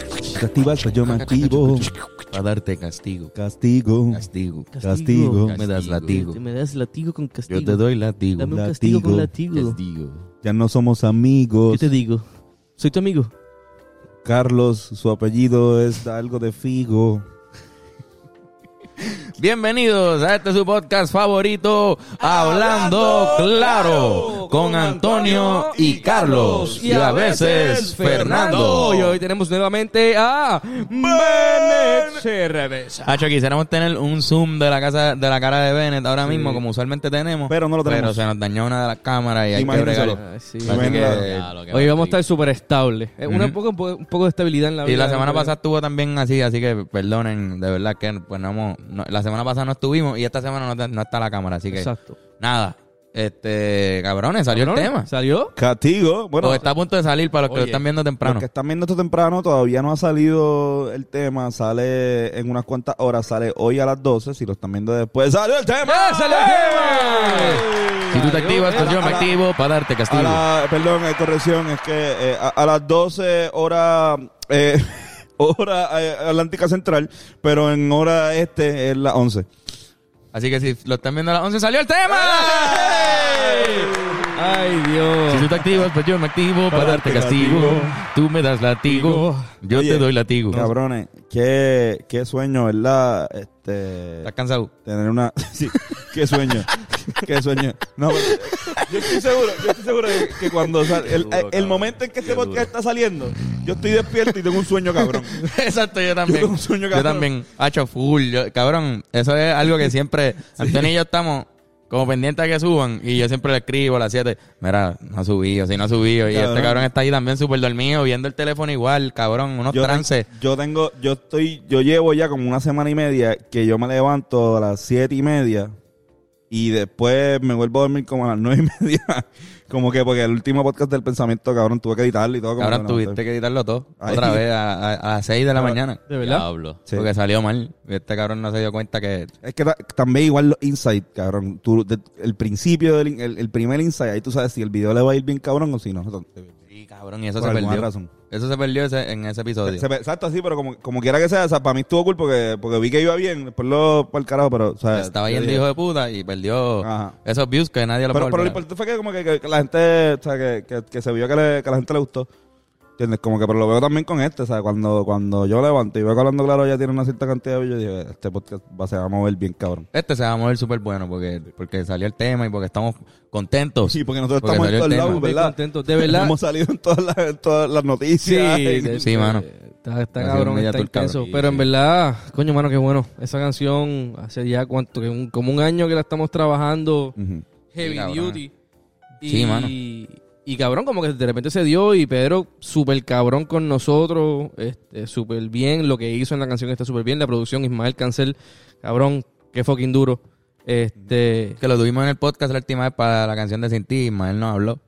expectativas, pues yo me activo. Para darte castigo. Castigo, Castigo. castigo. Me das latigo. Te me das latigo con castigo. Yo te doy latigo. Dame un castigo con Latigo. latigo. Castigo. Ya no somos ¿Qué amigos. te digo? Soy tu amigo. Carlos, su apellido es algo de figo. Bienvenidos a este su podcast favorito, Hablando, Claro, con Antonio y Carlos. Y a veces Fernando. Y hoy tenemos nuevamente a Benet Cerveza. Hacho, quisiéramos tener un zoom de la casa de la cara de Bennett ahora mismo, como usualmente tenemos. Pero no lo tenemos. Pero se nos dañó una de las cámaras y hay que Imagínenselo. bregarlo. Ah, sí. Así Tremendo. que- Hoy vamos a estar súper estables. Eh, una Ujú. poco, un, poco, un poco de estabilidad en la vida. Y la semana pero- pasada estuvo también así, así que perdonen, de verdad que pues no, hemos- no- la semana pasada no estuvimos y esta semana no, no está la cámara, así que Exacto. nada. Este, cabrones, salió ¿No? el tema. ¿Salió? Castigo, bueno, o está a punto de salir para los que lo Oye, están viendo temprano. los que están viendo esto temprano todavía no ha salido el tema, sale en unas cuantas horas, sale hoy a las 12, si lo están viendo después, salió el tema. ¡Ah, salió el tema! Si tú te activas, Salió, pues yo a me la- activo para darte A castigo. la- perdón, eh, corrección, es que eh, a, a las 12 hora, eh, hora eh, Atlántica Central, pero en hora este es las 11. Así que si lo están viendo a las 11, salió el tema. ¡Ay, Dios! Si tú te activas, pues yo me activo para darte castigo. Tú me das latigo, yo Oye, te doy latigo. Cabrones, qué, qué sueño, ¿verdad? Este, ¿Estás cansado? tener una... Sí, qué sueño, qué sueño. No, pero- yo estoy seguro, yo estoy seguro que, que cuando sal- el, duro, el cabrón. momento en que este Qué duro. podcast está saliendo, yo estoy despierto y tengo un sueño cabrón. Exacto, yo también. Yo tengo un sueño, Yo cabrón. también. Hacho, full. yo- cabrón, eso es algo que siempre. Antonio y yo estamos como pendientes a que suban. Y yo siempre le escribo a las 7. Mira, no ha subido, si no ha subido. Y Cabrón. este cabrón está ahí también súper dormido, viendo el teléfono igual, cabrón. Unos yo ten- trances. yo tengo, yo estoy, yo llevo ya como una semana y media que yo me levanto a las siete y media y después me vuelvo a dormir como a las nueve y media. como que porque el último podcast del pensamiento, cabrón, tuve que editarlo y todo. como Cabrón, que no, tuviste que editarlo todo. Ay. Otra vez a, a- a las 6 de la mañana. ¿De verdad? Diablo. Sí. Porque salió mal. Este cabrón no se dio cuenta que. Es que ta- también igual los insights, cabrón. Tú, de- el principio, del, in- el, el primer insight, ahí tú sabes si el video le va a ir bien cabrón o si no. Sí, cabrón, y eso Por se alguna perdió. razón. Eso se perdió ese- en ese episodio. Se- se- exacto, así, pero como, como quiera que sea, o sea, para mí estuvo cool porque, porque vi que iba bien, después lo para el carajo, pero... O sea, Estaba yo yendo dije, hijo de puta y perdió Ajá. esos views que nadie lo Pero, puede pero lo olvidar. importante fue que como que, que- que la gente, o sea, que, que, que se vio que, le- que la gente le gustó. ¿Entiendes? Como que, pero lo veo también con este, o sea, cuando, cuando yo levanto y veo que hablando claro ya tiene una cierta cantidad de yo dije, este podcast va, se va a mover bien cabrón. Este se va a mover súper bueno porque, porque salió el tema y porque estamos contentos. Sí, porque nosotros Porque estamos salió en todos el tema. lados, Estoy ¿verdad? contento. De verdad. Hemos salido en todas las, en todas las Sí, noticias. de- sí, mano. Está, está Así cabrón, es, media está turca, intenso. bro. Pero en Sí. verdad, coño, mano, qué bueno. Esa canción hace ya cuánto, que un- como un año que la estamos trabajando. Ujú. Heavy Sí, cabrón. Duty. Y, Sí, mano. Y cabrón, como que de repente se dio y Pedro, súper cabrón con nosotros, este, súper bien, lo que hizo en la canción está súper bien, la producción Ismael Cancel, cabrón, qué fucking duro. Este, Que lo tuvimos en el podcast la última vez para la canción de Sin Ti, Ismael nos habló.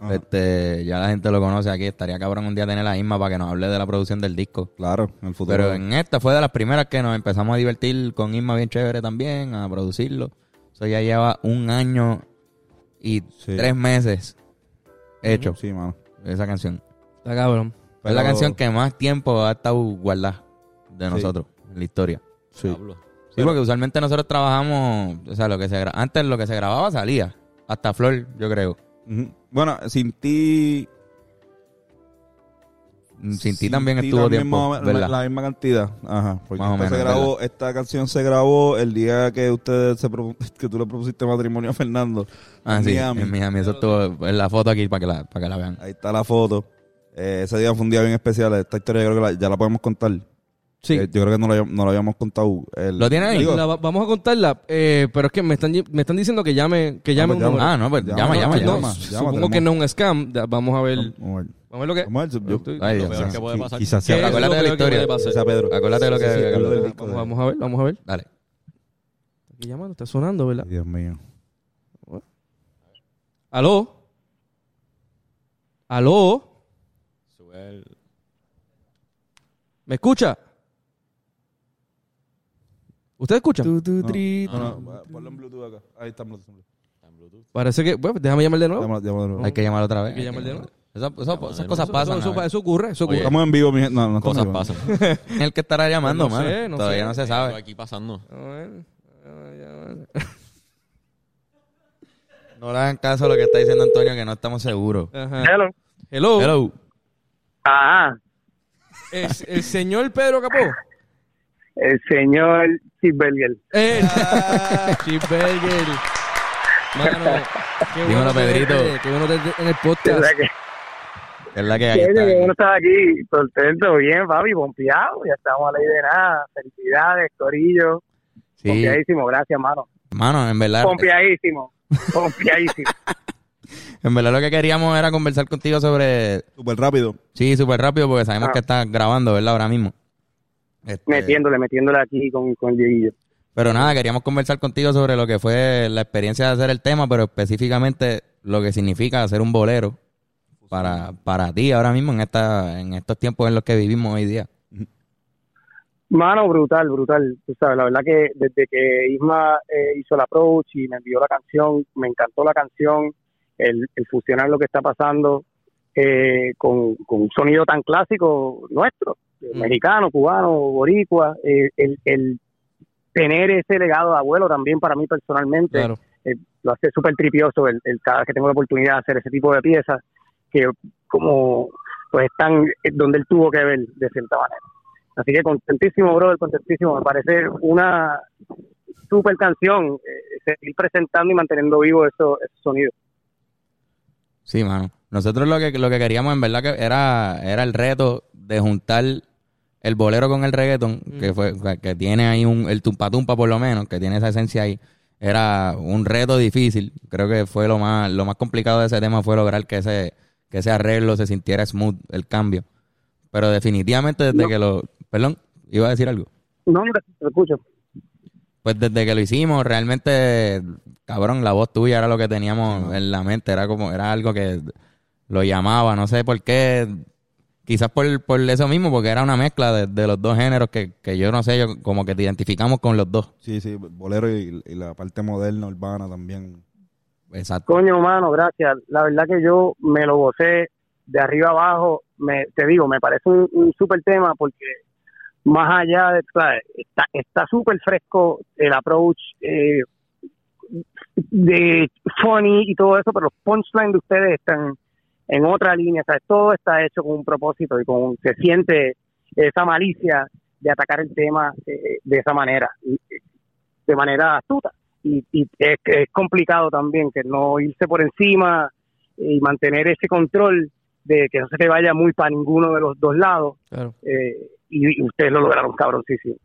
Ajá. Este, ya la gente lo conoce aquí. Estaría cabrón un día tener a Isma para que nos hable de la producción del disco. Claro, en el futuro. Pero en esta fue de las primeras que nos empezamos a divertir con Isma bien chévere también, a producirlo. Eso ya lleva un año y Sí. tres meses hecho Sí, mano. esa canción. está cabrón. Es la Pero- canción que más tiempo ha estado guardada de Sí. nosotros en la historia. Sí. Sí, porque usualmente nosotros trabajamos, o sea, lo que se gra- antes lo que se grababa salía, hasta Flor, yo creo. Ujú. Bueno, sin ti... Mm, Sin ti Sin también ti estuvo también tiempo, más o menos, ¿verdad? La misma cantidad. Ajá. Porque Más o esta, se menos, grabó, esta canción se grabó el día que ustedes se pro- que tú le propusiste matrimonio a Fernando. Ah, en sí, Miami. en Miami, eso estuvo en la foto aquí para que la, para que la vean. Ahí está la foto. Eh, ese día fue un día bien especial. Esta historia yo creo que la- ya la podemos contar. Sí. Eh, yo creo que no la, no la habíamos contado. El- ¿Lo tienen ahí? Digo, La va- vamos a contarla, eh, pero es que me están, me están diciendo que llame, que llame pues un llama. número. Ah, no, pues Llama, llama, llama, llama, No, llama. supongo tenemos- que no es un scam. da- Vamos a ver, vamos Vamos a ver. a ver lo que... Vamos a ver, yo- Estoy- Ay, Lo Dios peor mío. que puede pasar. Quizás ¿Qué sea es Pedro. lo Acuérdate de la peor que puede historia. pasar? Quizás Pedro. Acuérdate de lo Sí, sí, que... acuérdate del disco Vamos, de- vamos a ver, vamos a ver. Dale. Aquí llamando, está sonando, ¿verdad? Dios mío. ¿Aló? ¿Aló? Sube el- ¿Me escucha? ¿Usted escucha? No, no, no, ponlo en Bluetooth acá. Ahí está en Bluetooth. Parece que... Bueno, pues, déjame llamar de nuevo. Llámalo, llámalo de nuevo. Hay que llamar otra vez. Hay que llamar de nuevo. Esa- esa- esas cosas Eso- pasan. Eso, a eso- ver. eso ocurre, eso ocurre. Oye, Estamos en vivo, mi gente. No, no estamos cosas en vivo. pasan. El que estará llamando, No mano. sé, no Todavía sé. no se Sabe. sabe. Aquí pasando. No le hagan caso a lo que está diciendo Antonio, que no estamos seguros. Ajá. Hello. Hello. Hello. Ajá. El, el señor Pedro Capó. El señor Chipberger. El Eh. Chip Berger. Mano, qué Dímelo, bueno tenerte, Pedrito. Qué bueno tenerte en el podcast. Que, Es la que hay. que está bien. uno está aquí contento, bien, Fabi, pompeado. Ya estamos a ley de nada. Felicidades, Corillo. Sí. Ah, Pompeadísimo, gracias, mano. Mano, en verdad, Pompeadísimo. Pompeadísimo. en verdad lo que queríamos era conversar contigo sobre... Súper rápido. Sí, súper rápido, porque sabemos Ah. que estás grabando, ¿verdad? Ahora mismo. Este, metiéndole, metiéndole aquí con, con Dieguillo. Pero nada, queríamos conversar contigo sobre lo que fue la experiencia de hacer el tema, pero específicamente lo que significa hacer un bolero para, para ti ahora mismo en esta en estos tiempos en los que vivimos hoy día. Mano, brutal, brutal. Tú sabes, la verdad que desde que Isma eh, hizo la approach y me envió la canción, me encantó la canción, el, el fusionar lo que está pasando eh, con, con un sonido tan clásico nuestro, eh, Mm. mexicano, cubano, boricua, eh, el, el tener ese legado de abuelo también para mí personalmente Claro. eh, lo hace súper tripioso el, el cada vez que tengo la oportunidad de hacer ese tipo de piezas que como pues están eh, donde él tuvo que ver de cierta manera así que contentísimo brother contentísimo me parece una súper canción eh, seguir presentando y manteniendo vivo eso, esos sonidos Sí, mano. Nosotros lo que, lo que queríamos en verdad que era, era el reto de juntar el bolero con el reggaeton, que fue, que- que tiene ahí un, el tumpa tumpa por lo menos, que tiene esa esencia ahí. Era un reto difícil. Creo que fue lo más, lo más complicado de ese tema fue lograr que ese, que ese arreglo se sintiera smooth, el cambio. Pero definitivamente desde No. que lo, perdón, iba a decir algo. no no te te escucho Pues desde que lo hicimos, realmente, cabrón, la voz tuya era lo que teníamos en la mente, era como, era algo que lo llamaba, no sé por qué, quizás por, por eso mismo, porque era una mezcla de, de los dos géneros que, que yo no sé, yo como que te identificamos con los dos. Sí, sí, bolero y, y la parte moderna, urbana también. Exacto. Coño, mano, gracias. La verdad que yo me lo gocé de arriba abajo. Me, te digo, me parece un, un súper tema porque más allá de, ¿sabes? está está súper fresco el approach eh, de funny y todo eso, pero los punchlines de ustedes están en otra línea. ¿sabes? Todo está hecho con un propósito y con un- se siente esa malicia de atacar el tema eh, de esa manera, y- y de manera astuta y, y es, es complicado también que no irse por encima y mantener ese control de que no se te vaya muy para ninguno de los dos lados Claro. eh, y, y ustedes lo lograron cabroncísimo.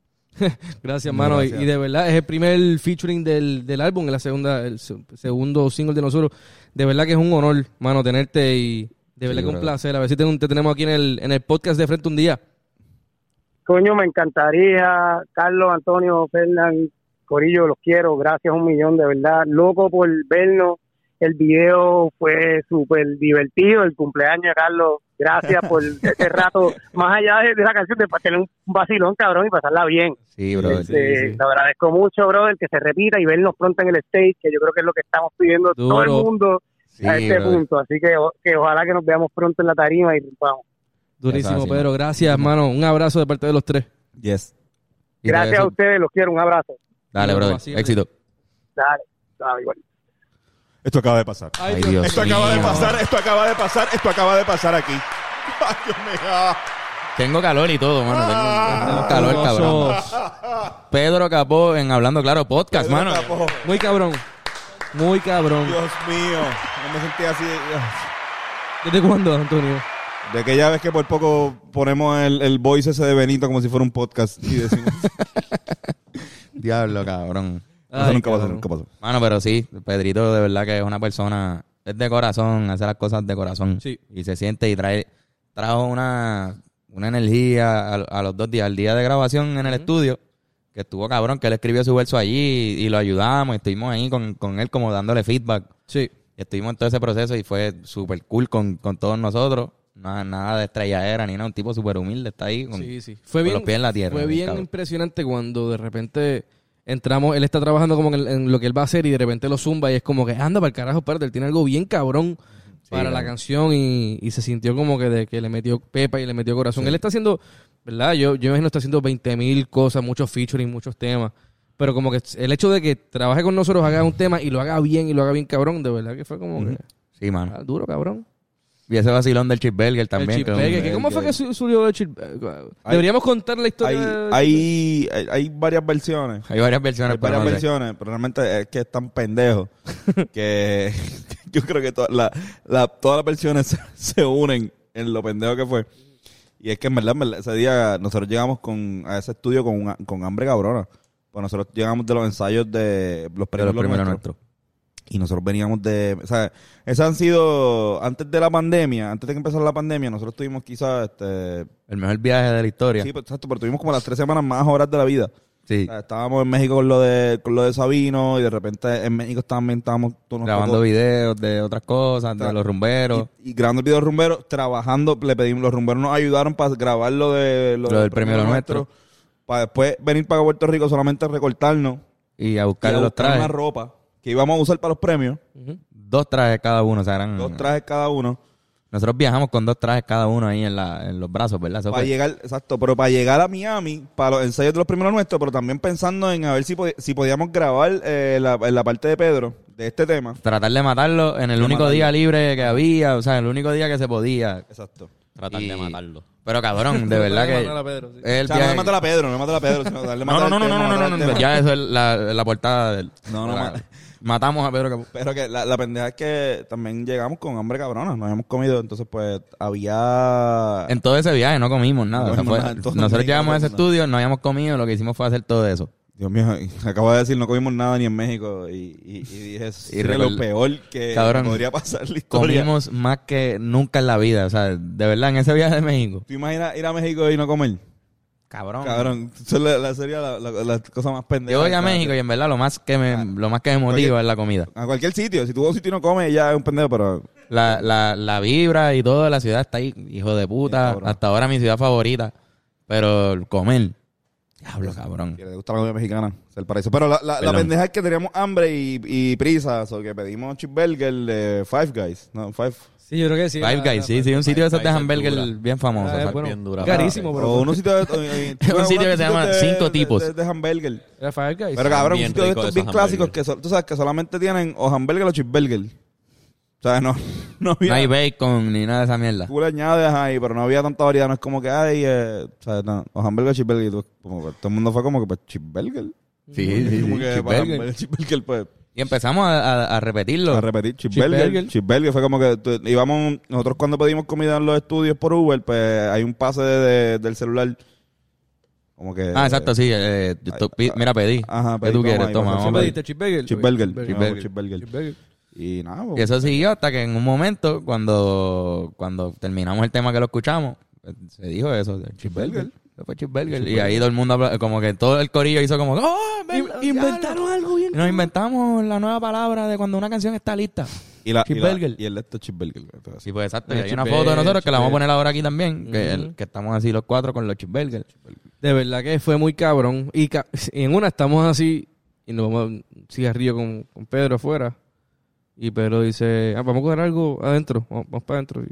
Gracias, mano. Gracias. Y, y de verdad, es el primer featuring del, del álbum, es la segunda, el se- segundo single de nosotros. De verdad que es un honor, mano, tenerte y de verdad que un brother. placer. A ver si te, te tenemos aquí en el, en el podcast de frente un día. Coño, me encantaría, Carlos, Antonio, Fernán, Corillo, los quiero, gracias un millón de verdad, loco por vernos, el video fue súper divertido, el cumpleaños de Carlos, gracias por este rato, más allá de, de la canción, de pa- tener un vacilón cabrón y pasarla bien. Sí, brother. Este, Lo agradezco mucho, brother, que se repita y vernos pronto en el stage, que yo creo que es lo que estamos pidiendo todo el Duro. mundo Sí, a este brother. punto. Así que, o- que ojalá que nos veamos pronto en la tarima y vamos. Durísimo, Gracias, Pedro. Gracias, mano. Un abrazo de parte de los tres. Yes. Y te Gracias a deseo- ustedes, los quiero, un abrazo. Dale, brother. Así es. Éxito. Dale, dale, igual. Esto acaba de pasar. Ay, Dios Esto acaba de mío. pasar, esto acaba de pasar, esto acaba de pasar aquí. Ay, Dios mío. Tengo calor y todo, mano. Ah. Tengo, tengo calor, cabrón. Hermosos. Pedro Capó en Hablando Claro Podcast, mano. Capó. Muy cabrón. Muy cabrón. Dios mío. No me sentí así. ah. ¿Desde cuándo, Antonio? De aquella vez que por poco ponemos el, el voice ese de Benito como si fuera un podcast y decimos. Diablo, cabrón. Eso Ay, nunca pasó, cabrón. nunca pasó. Mano, pero sí, Pedrito de verdad que es una persona, es de corazón, hace las cosas de corazón. Sí. Y se siente y trae, trajo una, una energía a, a los dos días, al día de grabación en el estudio, que estuvo cabrón, que él escribió su verso allí y, y lo ayudamos, estuvimos ahí con, con él como dándole feedback. Sí. Estuvimos en todo ese proceso y fue súper cool con, con todos nosotros. Nada, nada de estrelladera ni nada, un tipo súper humilde, está ahí con, Sí, sí. Fue con bien, los pies en la tierra. Fue bien cabrón. impresionante cuando de repente entramos, él está trabajando como en, en lo que él va a hacer y de repente lo zumba y es como que anda para el carajo, espérate, él tiene algo bien cabrón para la claro. canción y, y se sintió como que, de, que le metió pepa y le metió corazón. Él está haciendo, ¿verdad? Yo, yo imagino está haciendo 20 mil cosas, muchos featuring, muchos temas. Pero como que el hecho de que trabaje con nosotros, haga un tema y lo haga bien y lo haga bien cabrón, de verdad que fue como que Sí, mano. ah, duro, cabrón. Y ese vacilón del Chip Belger también. el que- Chipberger, que ¿Cómo fue que su- surgió el Chipberger? Deberíamos contar la Hay, historia. de- hay, hay, hay varias versiones. Hay varias versiones. Hay varias pero no sé. versiones, pero realmente es que es tan pendejo que yo creo que todas la- la- todas las versiones se, se unen en lo pendejo que fue. Y es que en verdad, en verdad, ese día nosotros llegamos con, a ese estudio con, un- con hambre cabrona. Pues nosotros llegamos de los ensayos de los Pero primeros, los primeros nuestros. nuestros. Y nosotros veníamos de... O sea, esas han sido... Antes de la pandemia, antes de que empezara la pandemia, nosotros tuvimos quizás... Este, El mejor viaje de la historia. sí, pues, exacto, pero tuvimos como las tres semanas más horas de la vida. O Sí. sea, Eh, estábamos en México con lo de con lo de Sabino y de repente en México también estábamos todos grabando nosotros- videos de otras cosas, de Tra- los rumberos. y, y grabando el video de Rumberos, trabajando, le pedimos, los rumberos nos ayudaron para grabar lo de Lo del premio Lo para después venir para Puerto Rico solamente a recortarnos Y a buscar y a los buscar trajes. una ropa que íbamos a usar para los premios, Ujú. Dos trajes cada uno. O sea, eran- dos trajes cada uno. Nosotros viajamos con dos trajes cada uno ahí en, la, en los brazos, ¿verdad? Eso Para fue. llegar, exacto, pero para llegar a Miami, para los ensayos de los primeros nuestros, pero también pensando en a ver si, pod- si podíamos grabar eh, la, en la parte de Pedro, de este tema. Tratar de matarlo en el De único matarlo. día libre que había, o sea, en el único día que se podía. Exacto. Tratar Y- de matarlo. Pero cabrón, de verdad que. Matar a Pedro, sí. es el O sea, no viaje- le matar a Pedro, no le matar a Pedro, sino darle No, matar no, no, al no, tema, no, no, matar no, al no, tema. Ya eso es la, la portada del. No, no, la- ma- matamos a Pedro Capó. Pero que la, la pendeja es que también llegamos con hambre cabrona, nos habíamos comido, entonces pues había... En todo ese viaje no comimos nada. No o sea, comimos fue- nada, en todo nosotros México llegamos a ese no comimos estudio, no habíamos comido, lo que hicimos fue hacer todo eso. Dios mío, y- acabo de decir, no comimos nada ni en México y, y, y dije, eso Y era recuerdo- lo peor que Cabrón, podría pasar en la historia. Comimos más que nunca en la vida. O sea, de verdad, en ese viaje de México. ¿Tú imaginas ir a México y no comer? Cabrón. Cabrón, eso es la, la- sería la, la- la cosa más pendeja. Yo voy a ¿sabes? México y en verdad lo más que me, lo más que me motiva Oye. es la comida. A cualquier sitio, si tú vas a un sitio y no comes, ya es un pendejo, pero... La, la, la vibra y todo de la ciudad está ahí, hijo de puta. cabrón. Hasta ahora mi ciudad favorita. Pero el comer. Diablo, cabrón. Que le gusta la comida mexicana, es el paraíso. Pero la, la, la Perdón. pendeja es que teníamos hambre y, y prisa, o que pedimos cheeseburger de Five Guys. No, Five. Sí, yo creo que sí. Five la- Guys, la- sí, sí, un sitio de esos de Guys es hamburger dura. bien famoso. o Ah, sea, es bueno, bien dura. Carísimo, pero. O unos sitios de- eh, eh, Es Ah, un unos sitio que se llama sitios de- Cinco de- Tipos. De, de hamburger. Era Five Guys. Pero cabrón, un bien sitio de ricos estos esos bien clásicos hamburgues. que sol- tú sabes que solamente tienen o hamburger o cheeseburger. O sea, no, no no hay había. bacon ni nada de esa mierda. Tú le añades ahí, pero no había tanta variedad. No es como que hay, eh, o sea, no, o hamburger o cheeseburger. Y tú, como que todo el mundo fue como que, pues, cheeseburger. Sí, sí, sí, como que, pues, cheeseburger. hamburger, cheeseburger, pues. Y empezamos a, a- a repetirlo. A repetir, cheeseburger. Cheeseburger. Cheeseburger fue como que tú- íbamos, nosotros cuando pedimos comida en los estudios por Uber, pues hay un pase de- de- del celular. Como que. ah, exacto, sí. eh, yo to- pi- mira, pedí. Este, Ajá, ¿Qué pedí, tú toma quieres? ahí, Toma, por vamos a favor. pedir. pediste? eh, Cheeseburger. Cheeseburger. Cheeseburger. No, cheeseburger. Cheeseburger. Y nada, pues, Y eso siguió hasta que en un momento, cuando, cuando terminamos el tema que lo escuchamos, eh, se dijo eso. de Chip Belger. Eso fue Chip Belger. Y ahí todo el mundo, habla- como que todo el corillo hizo como... "Oh, verdad, diablo". algo bien. Y Nos inventamos la nueva palabra de cuando una canción está lista. Y, la, y, la- Cheeseburger. y el de estos cheeseburger. Entonces, Sí, pues exacto. Ah, y hay una Chip foto de nosotros Belger, que la vamos a Chip poner ahora aquí también, que, el- Ujú. que estamos así los cuatro con los Chip Belger. De verdad que fue muy cabrón. Y ca- y en una estamos así y nos vamos a un cigarrillo con, con Pedro afuera. Y Pedro dice, ah, vamos a coger algo adentro. Vamos, vamos para adentro. Y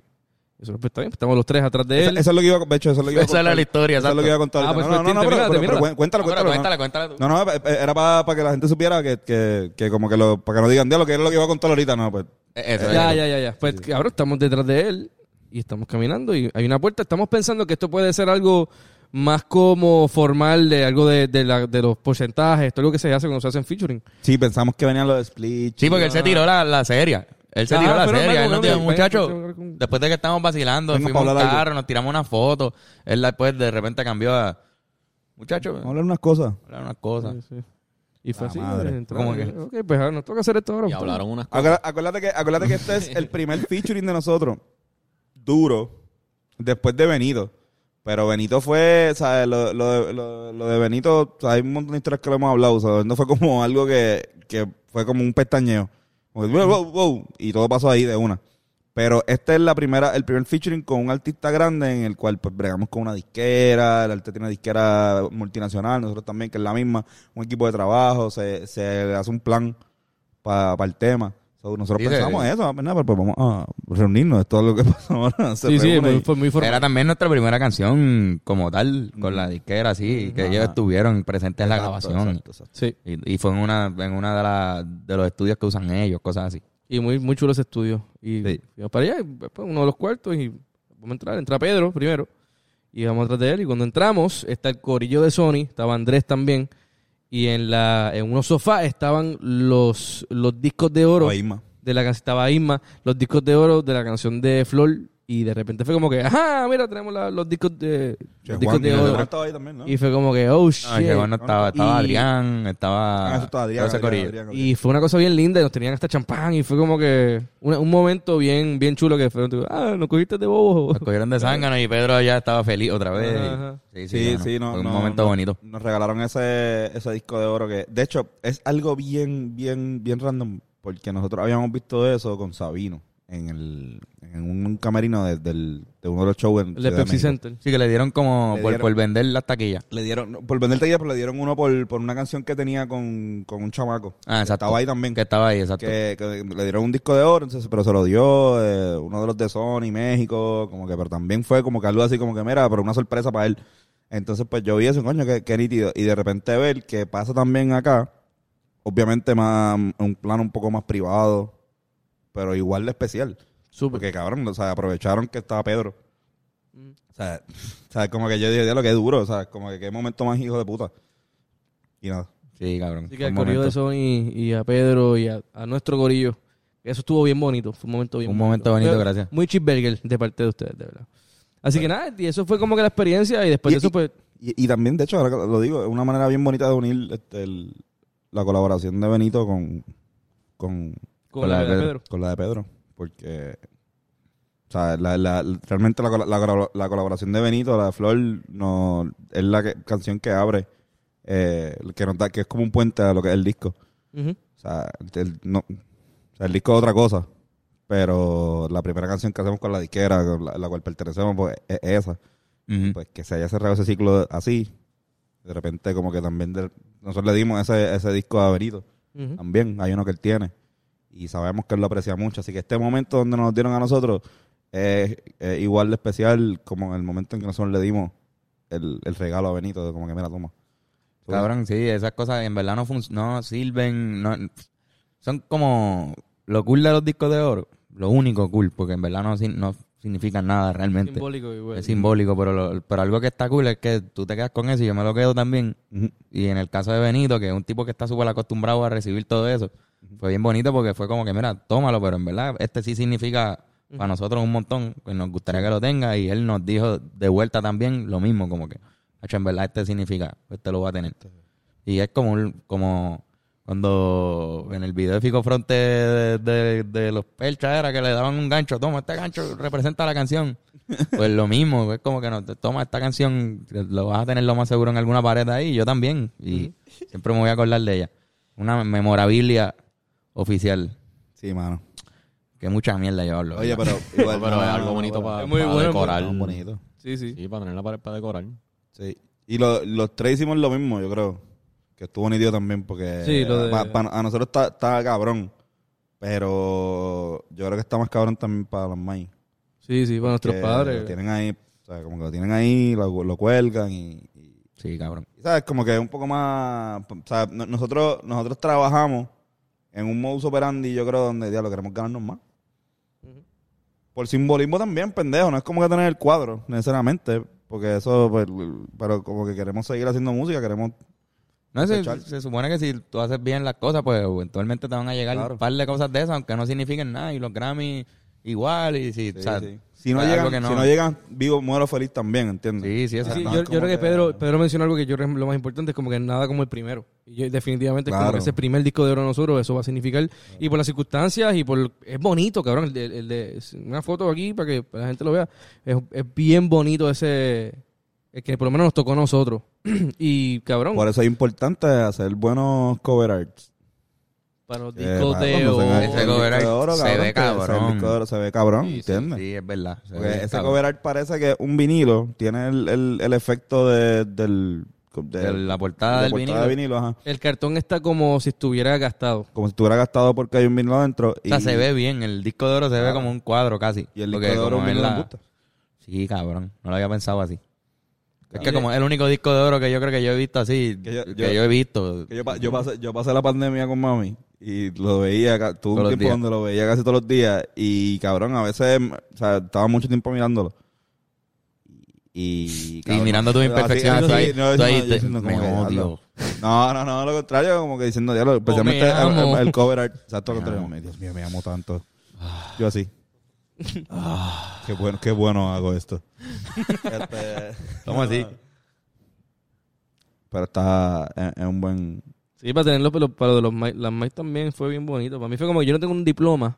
nosotros, pues, está bien, estamos los tres atrás de Esa- él. Eso es lo que iba a de hecho, eso es lo que iba a Esa era la historia, Eso es lo que iba a exacto. contar. Ah, ahorita. no, no, pues, no, termínala, pero, pero, pero cuen- termínala. cuéntalo, Ah, pero cuéntala, cuéntalo. cuéntala tú. No, no, eh, eh, era para, que la gente supiera que, que, que como que lo, para que no digan diablo que era lo que iba a contar ahorita, no, pues. Eso, Ya, eso. ya, ya, ya. Pues ahora estamos detrás de él y estamos caminando y hay una puerta. Estamos pensando que esto puede ser algo más como formal de algo de, de, la- de los porcentajes, esto es lo que se hace cuando se hacen featuring. Sí, pensamos que venían los splits. Sí, porque él se tiró la, la serie. Él se Ah, tiró la pero serie. vengo, Él nos vengo, dijo, vengo, muchachos, vengo, vengo". después de que estábamos vacilando, Vengo fuimos para a un hablar algo. carro, nos tiramos una foto. Él después de repente cambió a... Muchachos, Vamos a vamos hablar unas cosas. a hablar unas cosas. Y fue La así. madre. eh, entramos, ¿Cómo que? eh, Ok, pues ahora nos toca hacer esto ahora. Y hablaron unas cosas. Acuérdate, acuérdate que, acuérdate que este es el primer featuring de nosotros. Duro. Después de Benito. Pero Benito fue, ¿sabes? Lo, lo, de- lo- lo de Benito, o sea, hay un montón de historias que lo hemos hablado. O sea, no fue como algo que, que fue como un pestañeo. Como que, wow, wow, wow, y todo pasó ahí de una. Pero este es la primera, el primer featuring con un artista grande en el cual pues bregamos con una disquera, el artista tiene una disquera multinacional, nosotros también, que es la misma, un equipo de trabajo, se, se hace un plan para el tema. So, So, nosotros Dice- pensamos eso, ¿verdad? Pero, pues vamos a reunirnos, es todo lo que pasó ahora. Se Sí, sí, reúne muy, y- fue muy formal. Era también nuestra primera canción como tal, con la disquera, así, que ellos Mm. Ajá. estuvieron presentes en la Exacto, grabación. exacto, exacto. Sí, Y, y fue en una, en una de, las de los estudios que usan ellos, cosas así. y muy, muy chulo ese estudio. Y Sí. fuimos para allá, y, pues, uno de los cuartos, y vamos a entrar. Entra Pedro primero, y vamos atrás de él. Y cuando entramos, está el corillo de Sony, estaba Andrés también. Y en la en unos sofás estaban los, los discos de oro. Ahí, ma. de la canción estaba Isma, los discos de oro de la canción de Flor y de repente fue como que, ajá, mira, tenemos la- los discos de Che, los discos Juan, de Juan oro. estaba ahí también, ¿no? Y fue como que, oh shit. No, que bueno, estaba, estaba Y- Adrián, estaba. Ah, eso estaba Adrián, todo ese Adrián, corillo. Adrián, Adrián. Y fue una cosa bien linda, y nos tenían hasta champán y fue como que una- un momento bien bien chulo que fue, ah, nos cogiste de bobo. Nos cogieron de zángano y Pedro ya estaba feliz otra vez. Ajá. Sí, Sí, mano. sí, no. Fue un no, momento no. bonito. Nos regalaron ese, ese disco de oro que, de hecho, es algo bien, bien, bien random, porque nosotros habíamos visto eso con Sabino en el en un camerino de, del- de uno de los shows en El de Ciudad Pepsi México. Center. Sí, que le dieron como Le por, dieron- por vender las taquillas. Le dieron, no, por venderte ya, pero le dieron uno por, por una canción que tenía con, con un chamaco. Ah, exacto. Estaba ahí también. Que estaba ahí, exacto. que, que le dieron un disco de oro, entonces, pero se lo dio eh, uno de los de Sony, México, como que, pero también fue como que algo así como que, mira, pero una sorpresa para él. Entonces, pues yo vi eso, coño, qué, qué nítido. Y de repente ver que pasa también acá, obviamente más un plano un poco más privado, pero igual de especial. Súper. Porque cabrón, o sea, aprovecharon que estaba Pedro. O sea, o sea, como que yo dije, lo que duro, o sea, como que qué momento más hijo de puta. Y nada. Sí, cabrón. Así que Fue al un corillo de momento- Sony y a Pedro y a, a nuestro corillo. Eso estuvo bien bonito, fue un momento bien Un momento bonito, gracias. Muy cheeseburger de parte de ustedes, de verdad. Así que nada, y eso fue como que la experiencia y después Y- de eso y- pues Y, y también, de hecho, ahora que lo digo, es una manera bien bonita de unir este, el- la colaboración de Benito con, con, con la de Pedro. con la de Pedro. Porque, o sea, la- la- realmente la, cola- la cola- la colaboración de Benito, la de Flor, no, es la que- canción que abre, eh, que, nos da- que es como un puente a lo que es el disco. Ujú. O sea, el, no, o sea, el disco es otra cosa. Pero la primera canción que hacemos con la disquera, con la, la cual pertenecemos, pues es es esa Ujú. pues que se haya cerrado ese ciclo así, de repente como que también de- nosotros le dimos ese, ese disco a Benito, Ujú. también hay uno que él tiene, y sabemos que él lo aprecia mucho, así que este momento donde nos dieron a nosotros es, es igual de especial como el momento en que nosotros le dimos el, el regalo a Benito, de como que mira, toma. Cabrón, sí, esas cosas en verdad no, func- no sirven. No, son como lo cool de los discos de oro. Lo único cool, porque en verdad no, sin- no significan nada realmente. Simbólico igual. Es simbólico, pero, lo- pero algo que está cool es que tú te quedas con eso y yo me lo quedo también. Ujú. Y en el caso de Benito, que es un tipo que está súper acostumbrado a recibir todo eso, fue bien bonito porque fue como que, mira, tómalo, pero en verdad este sí significa para nosotros un montón, pues nos gustaría que lo tenga y él nos dijo de vuelta también lo mismo, como que, "Hacho, en verdad este significa, este lo va a tener. Y es como, un- como cuando en el video de Fico Fronte de, de- de los perchas era que le daban un gancho, toma, este gancho representa la canción. Pues lo mismo, es como que no, te- toma esta canción, lo vas a tener lo más seguro en alguna pared ahí, yo también, y siempre me voy a acordar de ella. Una memorabilia oficial, Sí, mano. que mucha mierda yo hablo. Oye, ¿verdad? pero No, pero es algo bonito para, Es muy bueno, decorar. Tan bonito. Sí, sí. Sí, para tener la pared para decorar. Sí. Y lo- los tres hicimos lo mismo, yo creo. Que estuvo un idiota también, porque Sí, lo de- pa- pa- a nosotros está, está cabrón. Pero yo creo que está más cabrón también para los maíz. Sí, sí, para nuestros que padres. Lo tienen ahí, o sea, como que lo tienen ahí, lo, lo cuelgan y, y- Sí, cabrón. y, ¿Sabes? Como que es un poco más. O sea, no- nosotros, nosotros trabajamos en un modus operandi, yo creo, donde ya lo queremos ganarnos más. Por simbolismo también, pendejo. No es como que tener el cuadro, necesariamente. Porque eso, pues, pero como que queremos seguir haciendo música, queremos No se, Aprovechar. se supone que si tú haces bien las cosas, pues eventualmente te van a llegar un par de cosas de esas, aunque no signifiquen nada, y los Grammy igual, y si, o sea, sí. Si no, algo llegan, que si no llegan vivo, muero feliz también, ¿entiendes? Sí, sí, eso O sea, Sí, sí. no yo, es yo como creo que Pedro, Pedro mencionó algo que yo creo que lo más importante es como que nada como el primero. Y yo, definitivamente es como Claro. que ese primer disco de oro de nosotros, eso va a significar. Y por las circunstancias y por... Es bonito, cabrón. El de, el de- es una foto aquí para que la gente lo vea. Es, es bien bonito ese... el que por lo menos nos tocó a nosotros. y, cabrón, Por eso es importante hacer buenos cover arts. para los Que, discos mano, de no eh, se oro. Ese gana el cover disco de art se ve que- o sea, cabrón. El disco de oro se ve cabrón, Sí, sí, ¿entiendes? sí, es verdad. Se Porque ve ese cabrón. cover art parece que un vinilo tiene el, el, el efecto de, del... de- El- la portada de del portada vinilo. de vinilo, ajá. El cartón está como si estuviera gastado. Como si estuviera gastado porque hay un vinilo adentro. O sea, y- se ve bien. El disco de oro se ve como un cuadro casi. Y el Porque disco de oro como es es vinilo la- en busta. Sí, cabrón. No lo había pensado así. Es que Mire. como es el único disco de oro que yo creo que yo he visto así, que Que yo, yo- he visto. Que yo, pa- yo, pasé, yo pasé la pandemia con mami y lo veía, ca- tuve Todos los un tiempo días. donde lo veía casi todos los días y cabrón, a veces o sea, estaba mucho tiempo mirándolo. Y, y mirando tus así- imperfecciones, así- tú ahí, no, yo tú ahí diciendo, te- yo diciendo me como que, odio. No, no, no, lo contrario, como que diciendo, diablo, pues, especialmente me el, amo. el- el cover art. Exacto, lo Me contrario. amo. me- Dios mío, me amo tanto. Yo así. qué bueno, qué bueno hago esto. Este, ¿Cómo así? pero está en, en un buen. Sí, para tenerlo, pero para lo de los mic- las mic también fue bien bonito. Para mí fue como que yo no tengo un diploma,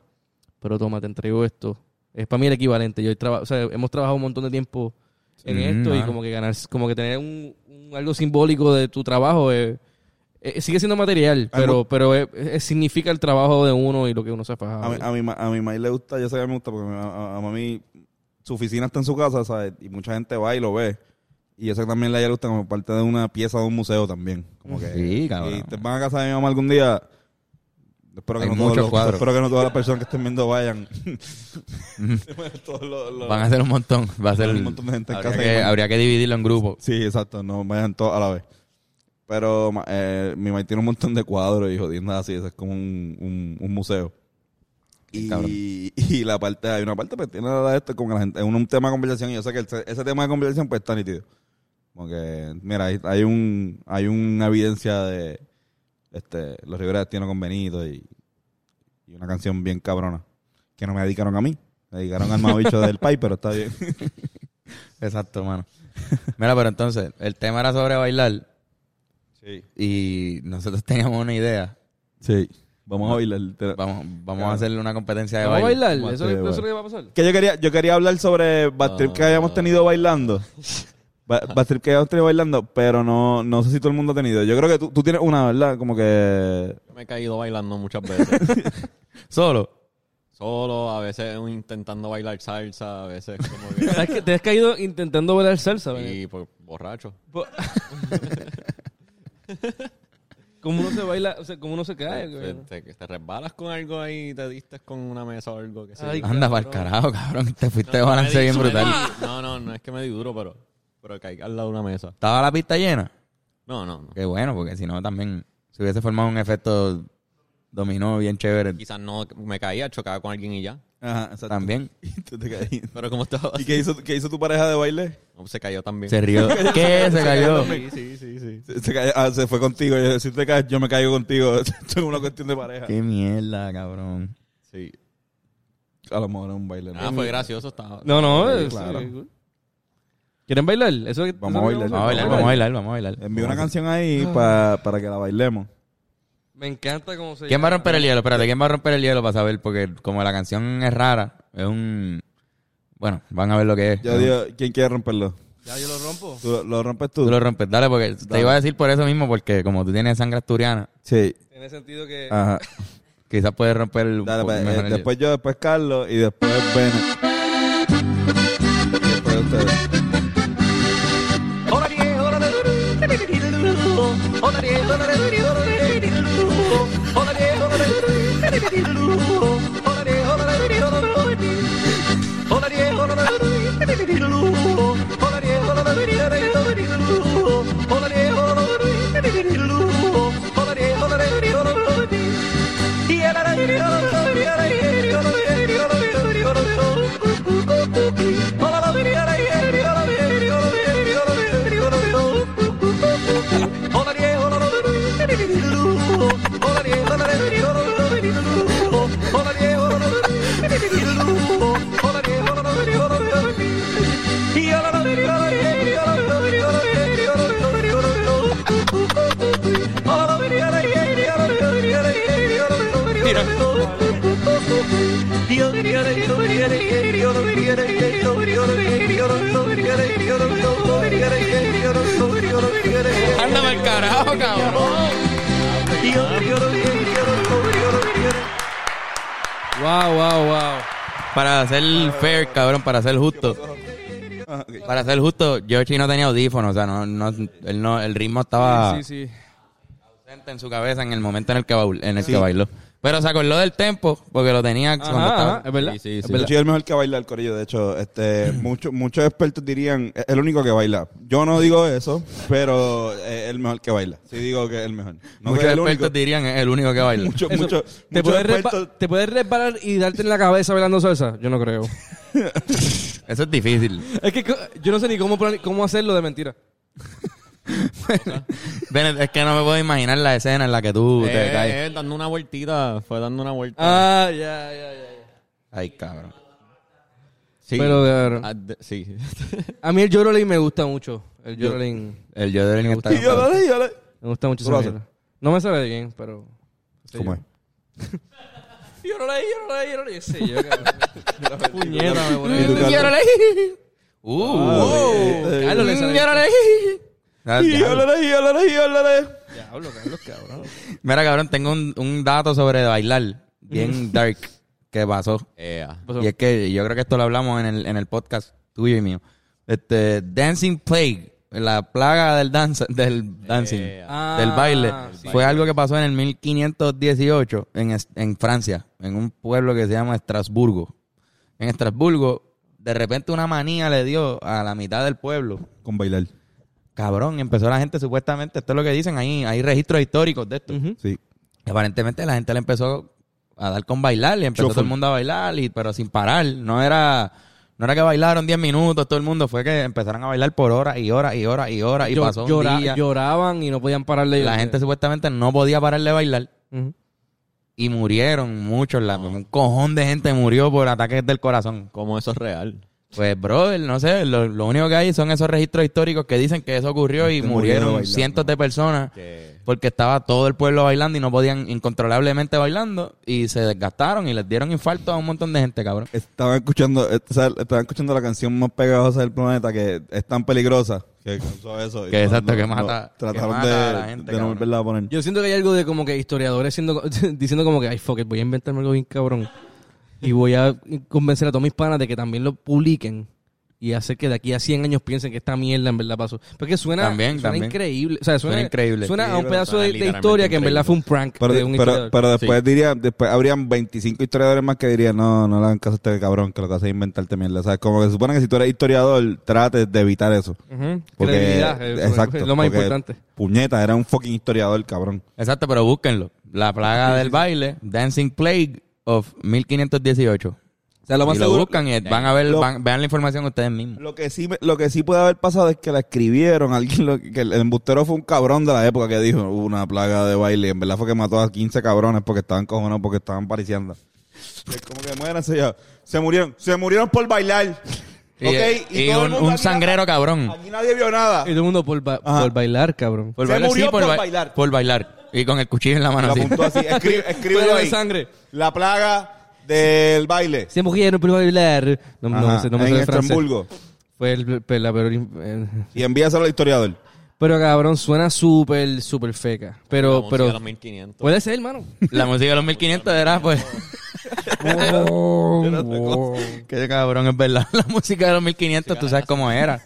pero toma, te entrego esto. Es para mí el equivalente. Yo he traba- o sea, hemos trabajado un montón de tiempo en Sí, Mm, esto y claro. como que ganar, como que tener un, un- algo simbólico de tu trabajo eh, eh, sigue siendo material, Ay, pero pero eh, eh, significa el trabajo de uno y lo que uno se ha fajado. A mi, a, mi, ma- a mi maíz le gusta, yo sé que a mí me gusta, porque a, a- a mami su oficina está en su casa, ¿sabes? Y mucha gente va y lo ve. Y yo sé que también a ella le gusta como parte de una pieza de un museo también. Como que, Sí, cabrón. Si te van a casa de mi mamá algún día, espero que, Hay no todos muchos los- cuadros. espero que no todas las personas que estén viendo vayan. Todos los- los- Van a ser un montón. Va a ser Un montón de gente en habría, casa que, que- habría que dividirlo en grupos. Sí, exacto, no vayan todos a la vez. Pero ma- eh, mi mamá tiene un montón de cuadros y jodiendas así, eso es como un, un, un museo. Sí, Y, cabrón. y la parte, hay una parte, pues tiene la de esto, como que la gente, un, un tema de conversación, y yo sé que ese, ese tema de conversación pues está nítido. Como que, mira, hay, hay un, hay una evidencia de este, los Rivera tiene con Benito y, y una canción bien cabrona, que no me dedicaron a mí, me dedicaron al mamabicho del Pai, pero está bien. Exacto, mano. Mira, pero entonces, el tema era sobre bailar Sí. y nosotros teníamos una idea. Sí, vamos a bailar. te- Vamos, vamos Claro. a hacerle una competencia de ¿Vamos a baile. bailar? Vamos a ¿Eso, hacer eso es lo baile. que va a pasar? Que yo quería, yo quería hablar sobre Bad Trip que habíamos tenido bailando. Ba- Bad Trip que habíamos tenido bailando, pero no, no sé si todo el mundo ha tenido. Yo creo que tú, tú tienes una, ¿verdad? Como que... Yo me he caído bailando muchas veces. Solo. Solo, a veces intentando bailar salsa, a veces como que... ¿Sabes que te has caído intentando bailar salsa? ¿verdad? y pues borracho. Po- ¿Cómo uno se baila? O sea, ¿cómo uno se cae? Te, güey? te- te resbalas con algo ahí, te diste con una mesa o algo que Ay, Anda para el cabrón. carajo, cabrón. Te fuiste de No, balance me di- bien me brutal. di- No, no, no es que me di duro, pero, pero caí al lado de una mesa. ¿Estaba la pista llena? No, no, no. Qué bueno, porque si no también se hubiese formado un efecto dominó bien chévere Quizás no me caía, chocaba con alguien y ya. Ajá, exacto. también. Y tú te caíste. Pero como estaba ¿Y así, qué hizo, qué hizo tu pareja de baile? no, se cayó también. Se rió. ¿Qué? Se cayó. Sí, sí, sí, sí. Se, se cayó- ah, se fue contigo. Yo, si te caes, yo me caigo contigo. Esto es una cuestión de pareja. Qué mierda, cabrón. sí. A lo mejor es un baile. ¿no? Ah, fue gracioso, estaba. No, no, Sí, es- claro. eh, ¿Quieren bailar? Eso, eso Vamos a bailar. Vamos a bailar, vamos a bailar, vamos a bailar. Envió una Vamos a hacer- canción ahí pa- para que la bailemos. Me encanta cómo se ¿Quién va a llama. romper el hielo? Espérate, ¿quién va a romper el hielo para saber? Porque como la canción es rara, es un... Bueno, van a ver lo que es. Yo digo, ¿quién quiere romperlo? Ya yo lo rompo. ¿Tú lo, lo rompes tú? Tú lo rompes. Dale, porque te Dale. iba a decir por eso mismo, porque como tú tienes sangre asturiana, Sí. En el sentido Ah, que... Ajá. quizás puedes romper el... Dale, pues, eh, mejor el- después yo, después Carlos y después Ben. Y después ustedes. Ándame al carajo, cabrón. Wow, wow, wow. Para ser fair, cabrón, para ser justo. Ah, Para ser justo, Yoshi no tenía audífono, o sea, no, no, él no, el ritmo estaba Sí, sí. en su cabeza en el momento en el que, baul- en el que bailó. Pero se acordó del tempo, porque lo tenía cuando Ajá, estaba. ajá, es verdad. Sí, sí, es sí. verdad. Yoshi es el mejor que baila el corillo. De hecho, este, muchos muchos expertos dirían, es el único que baila. Yo no digo eso, pero es el mejor que baila. Sí digo que es el mejor. No Muchos que es el expertos único. dirían es el único que baila. Muchos, Eso, muchos, ¿Te, muchos puedes resba- expertos- ¿Te puedes resbalar y darte en la cabeza bailando salsa? Yo no creo. Eso es difícil. es que co- yo no sé ni cómo, plan- cómo hacerlo de mentira. Bennett, es que no me puedo imaginar la escena en la que tú te Eh, caes. eh, dando una vueltita, fue dando una vuelta. Ah, ya, ya, ya. Ay, cabrón. sí. Pero de verdad. Ah, de- sí. A mí el Yorolin me gusta mucho. El Yorolin. El Yodelin está... Y yo dale, yo dale. Me gusta mucho ¿Tú lo esa haces? mierda. No me sabe bien, pero. ¿Cómo es? Yorolin, Yorolin, Yorolin. Sí, yo, cabrón. Puñeta, me ¿Y tú, Carlos? Uh, Ah, eh, Carlos le Mm, sale. llórale. Ah, Y yo diablo. dale, y yo dale, y yo dale. Diablo, Carlos, cabrón. Mira, cabrón, tengo un, un dato sobre bailar bien dark que pasó. Ea. Pasó. Y es que yo creo que esto lo hablamos en el, en el podcast tuyo y mío. Este, Dancing Plague, la plaga del, danza, del dancing, Ah, del baile, sí. fue algo que pasó en el 1518 en, es- en Francia, en un pueblo que se llama Estrasburgo. En Estrasburgo, de repente una manía le dio a la mitad del pueblo Con bailar. Cabrón, empezó la gente supuestamente, esto es lo que dicen, ahí hay registros históricos de esto. Sí. Y aparentemente la gente le empezó a dar con bailar, y empezó Shuffle. todo el mundo a bailar, y, pero sin parar. No era, no era que bailaron 10 minutos todo el mundo, fue que empezaron a bailar por horas y horas y horas y horas, y Yo- pasó un llora- día. Lloraban y no podían pararle. la gente supuestamente no podía parar de bailar. Ujú. Y murieron muchos, la- un cojón de gente murió por ataques del corazón. Como eso es real. Pues, brother, no sé, lo, lo único que hay son esos registros históricos que dicen que eso ocurrió y Gente murió murieron bailando. cientos de personas Que porque estaba todo el pueblo bailando y no podían incontrolablemente bailando y se desgastaron y les dieron infarto a un montón de gente, cabrón. Estaba escuchando, eh, o sea, estaba escuchando la canción más pegajosa del planeta que es tan peligrosa que causó eso. Y Que exacto, que no- mata- Trataron que mata de, a la gente, de no cabrón. volverla a poner. Yo siento que hay algo de como que historiadores siendo, diciendo como que, ay, fuck it, voy a inventarme algo bien cabrón. Y voy a convencer a todos mis panas de que también lo publiquen. Y hacer que de aquí a 100 años piensen que esta mierda en verdad pasó. Porque suena, También, suena también. increíble. O sea, suena, Suena increíble. Suena Sí, a un pero pedazo suena de, de literalmente historia que en verdad increíble. fue un prank Pero, de un pero- historiador. pero después dirían, después habrían 25 historiadores más que dirían, no, no le hagan caso a este cabrón que lo que hace es inventarte mierda. O sea, como que se supone que si tú eres historiador, trates de evitar eso. Ujú. Porque, Credibilidad, eh, exacto, es lo más porque importante. Puñeta, era un fucking historiador, cabrón. Exacto, pero búsquenlo. La plaga del baile, Dancing Plague of 1518. O sea, lo y más lo seguro- buscan y van a ver, Lo- van- vean la información ustedes mismos. Lo que sí, me- lo que sí puede haber pasado es que la escribieron, alguien lo- que el embustero fue un cabrón de la época que dijo "Hubo una plaga de baile, en verdad fue que mató a 15 cabrones porque estaban cojonados, porque estaban pariciando. Es como que muéranse ya. Se murieron, se murieron por bailar. Y, ok, y, y todo el un, mundo un aquí- sangrero cabrón. Aquí nadie vio nada. Y todo el mundo por, ba- Ah. Ajá. por bailar, cabrón. Por Se murió por ba- bailar. Por bailar. Y con el cuchillo en la mano Lo así. apuntó así, escribe, escríbelo Pero de ahí. sangre. La plaga del baile. Se murieron por bailar. No, no Ajá, sé, no me en sé el francés. Estrasburgo. Fue el, la peor... eh, Y envíaselo al historiador. Pero cabrón, suena súper, súper feca. Pero, música de pero. pues, los 1500. Puede ser, hermano. La música de los 1500 era pues... Qué cabrón, es verdad. La música de los 1500, tú sabes cómo era.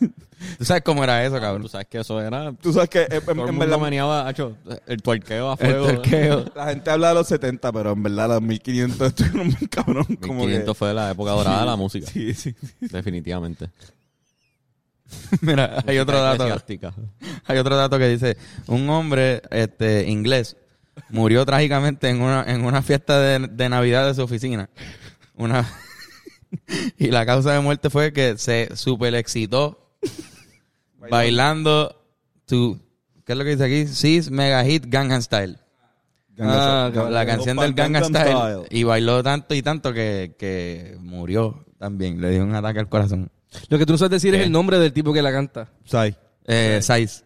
Tú sabes cómo era eso, Tú cabrón. sabes que eso era. Tú sabes que eh, en, Todo el en mundo verdad maniaba, hacho, el tuerqueo a El fuego. torqueo. la gente habla de los 70, pero en verdad los 1500 estuvieron bien cabrón. Como 1500 que, fue la época dorada de la música. sí, sí. Definitivamente. Mira, hay otro Música dato. eclesiástica. Hay otro dato que dice, un hombre este, inglés murió trágicamente en una, en una fiesta de, de Navidad de su oficina. Una... y la causa de muerte fue que se super excitó bailando tu... ¿Qué es lo que dice aquí? Sis Mega Hit Gangnam Style. Ah, Gangnam Style. la canción del Gangnam Gangnam Style. Style. Y bailó tanto y tanto que, que murió también. Le dio un ataque al corazón. Lo que tú no sabes decir ¿Qué? es el nombre del tipo que la canta. Sai, Eh, Size. Size.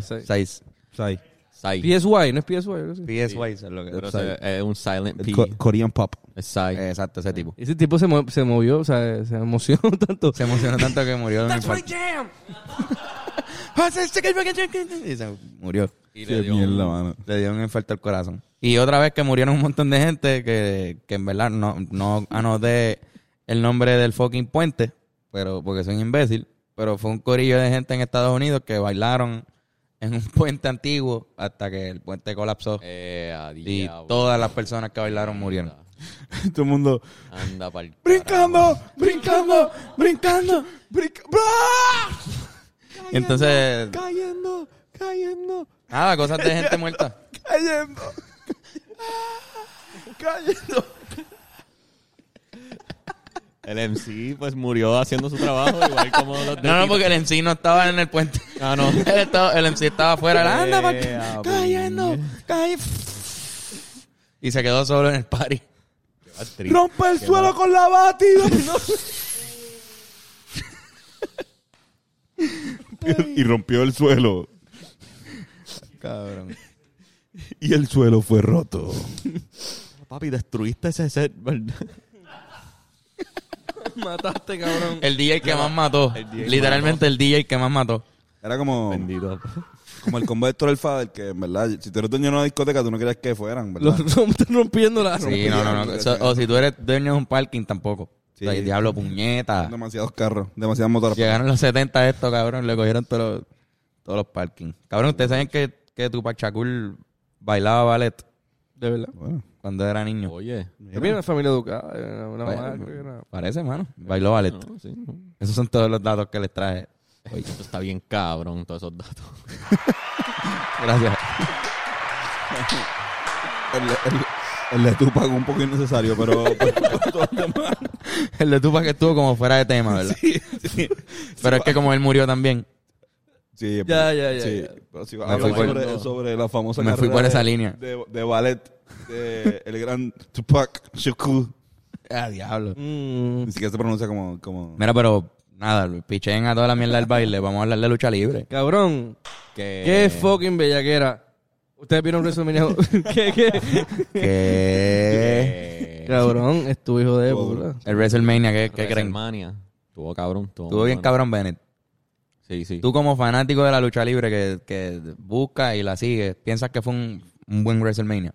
Size. Size. Sai. Sai. PSY, no es PSY. algo así. PSY es lo que... Pero ese es un silent P. Co- Korean Pop. Es Sai. Eh, Exacto, ese tipo. Ese tipo se, mo- se movió, o sea, se emocionó tanto. Se emocionó tanto que murió. Ah, de un That's my infarto. jam. Y se murió. Y Qué le dio mierda, un- mano. Le dio un infarto al corazón. Y otra vez que murieron un montón de gente que, que en verdad ah, no, no anoté el nombre del fucking puente, pero porque soy un imbécil. pero fue un corillo de gente en Estados Unidos que bailaron en un puente antiguo hasta que el puente colapsó Eh, a y diablo. todas las personas que bailaron murieron. Todo el mundo. Anda pa'l Brincando, brincando, brincando, brincando. Entonces, Cayendo, cayendo, nada, cosas de gente muerta. cayendo. Cayendo. El MC pues murió haciendo su trabajo, igual como los de No, no, Tito. porque el MC no estaba en el puente. Ah, no. Él estaba- el MC estaba afuera. él, Anda, pa' aquí, Eh, cayendo, cay- Y se quedó solo en el party. Qué triste. Rompe el suelo con la batida. y rompió el suelo. Cabrón. Y el suelo fue roto. Papi, destruiste ese set, ¿verdad? Mataste, cabrón. El DJ que más mató. El DJ Literalmente el DJ que más mató. Era como, Bendito. como el combo de Héctor el Fader, que en verdad, si tú eres dueño de una discoteca, tú no querías que fueran, Lo ¿verdad? están rompiendo la Sí, no, no, no. Eso- o si tú eres dueño de un parking, tampoco. Sí. O sea, diablo, puñeta. Demasiados carros, demasiadas motoras. Llegaron los 70 estos, cabrón. Le cogieron todos los, todos los parkings. Cabrón, ¿ustedes saben que, que Tupac Shakur bailaba ballet De verdad. Bueno, cuando era niño? Oye. Yo vine de una familia educada. era Una Bueno, mamá, creo ah, que era- Parece, mano. Bailó ballet. No, sí, no. Esos son todos los datos que les traje. Oye, esto está bien cabrón, todos esos datos. Gracias. el, el, el de Tupac un poco innecesario, pero... pero todo lo demás. El de Tupac que estuvo como fuera de tema, ¿verdad? Pero es que como él murió también, Sí, Ya, pero- ya, ya, sí. ya. Pero si Me fui hablamos por- sobre, sobre la famosa me fui carrera por esa de- línea. De, de ballet, de el gran Tupac Shakur. Ah, diablo. Mm. Ni siquiera se pronuncia como... como... Mira, pero nada, pichen a toda la mierda del baile. Vamos a hablar de lucha libre. Cabrón. Que... Qué fucking bellaquera. Ustedes vieron WrestleMania. ¿Qué, qué? ¿Qué? que- Cabrón, es tu hijo de época. El WrestleMania, ¿qué, qué creen? WrestleMania. Estuvo cabrón. Estuvo, Estuvo muy bien bueno. cabrón, Bennett. Sí, sí. Tú como fanático de la lucha libre que, que busca y la sigue, ¿piensas que fue un, un buen WrestleMania?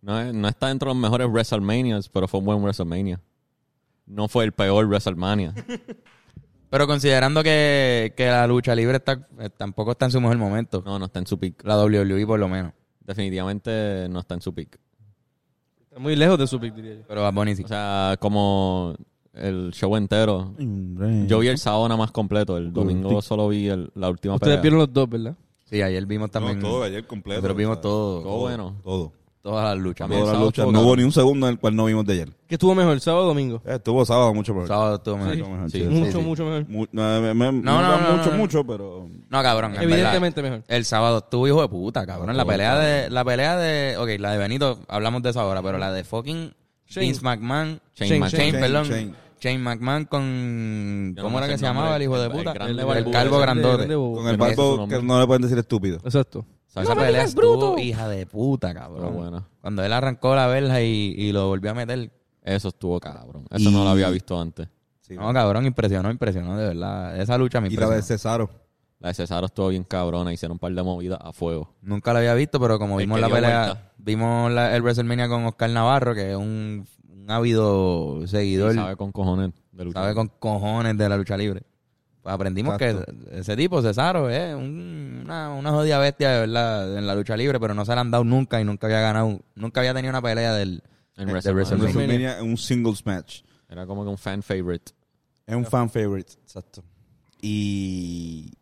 No, es- no está dentro de los mejores WrestleManias, pero fue un buen WrestleMania. No fue el peor WrestleMania. Pero considerando que, que la lucha libre está, eh, tampoco está en su mejor momento. No, no está en su pick. La WWE por lo menos. Definitivamente no está en su pick. Está muy lejos de su pick, diría yo. Pero Bad Bunny sí. O sea, como el show entero. Yo vi el sábado nada más completo. El domingo solo vi el- la última Ustedes pelea. vieron los dos, ¿verdad? Sí, ayer vimos también. No, todo ayer completo. nosotros vimos o sea, todo, Todo bueno. Todo. todas las luchas. El También. Toda la sábado lucha. estuvo No hubo cabrón. ni un segundo en el cual no vimos de ayer. ¿Qué estuvo mejor, sábado o domingo? Eh, Estuvo sábado mucho mejor. sábado estuvo mejor. Mucho mejor, Sí. sí. mucho, mucho mejor. Mu- no, me- me- No, me no, da no, mucho, no. mucho, pero... No, cabrón. en verdad. Evidentemente mejor. El sábado estuvo hijo de puta, cabrón. La pelea de. La pelea de. Ok, la de Benito, hablamos de esa ahora, pero la de fucking Shane. Vince McMahon. Shane Shane, McMahon. Shane, perdón. Shane. Shane. McMahon con. Yo no ¿Cómo era me sé que el se nombre, llamaba el hijo el- de el puta? grande El, barbudo. calvo Grande, grandote. grande bobo. Con el Pero ese es su barco nombre. que no le pueden decir estúpido. Exacto. ¿Sabes? Esa pelea estuvo bruto. hija de puta, cabrón. Pero bueno. Cuando él arrancó la verja y, y lo volvió a meter. Eso estuvo cabrón. Eso no lo había visto antes. Sí. No, cabrón, impresionó, impresionó, de verdad. Esa lucha me y la impresionó. de Cesaro. La de Cesaro estuvo bien cabrona. Hicieron un par de movidas a fuego. Nunca la había visto, pero como El vimos que la dio pelea, vuelta. vimos la- el WrestleMania con Oscar Navarro, que es un, un ávido Y seguidor, sabe sabe, con cojones de lucha. con cojones de la lucha libre. Pues aprendimos que ese tipo, Cesaro, es un- una, una jodida bestia de verdad en la lucha libre, pero no se la han dado nunca y nunca había ganado, nunca había tenido una pelea del En de WrestleMania. En WrestleMania. WrestleMania, en un singles match. Era como que un fan favorite. Es un fan favorite. Exacto. Y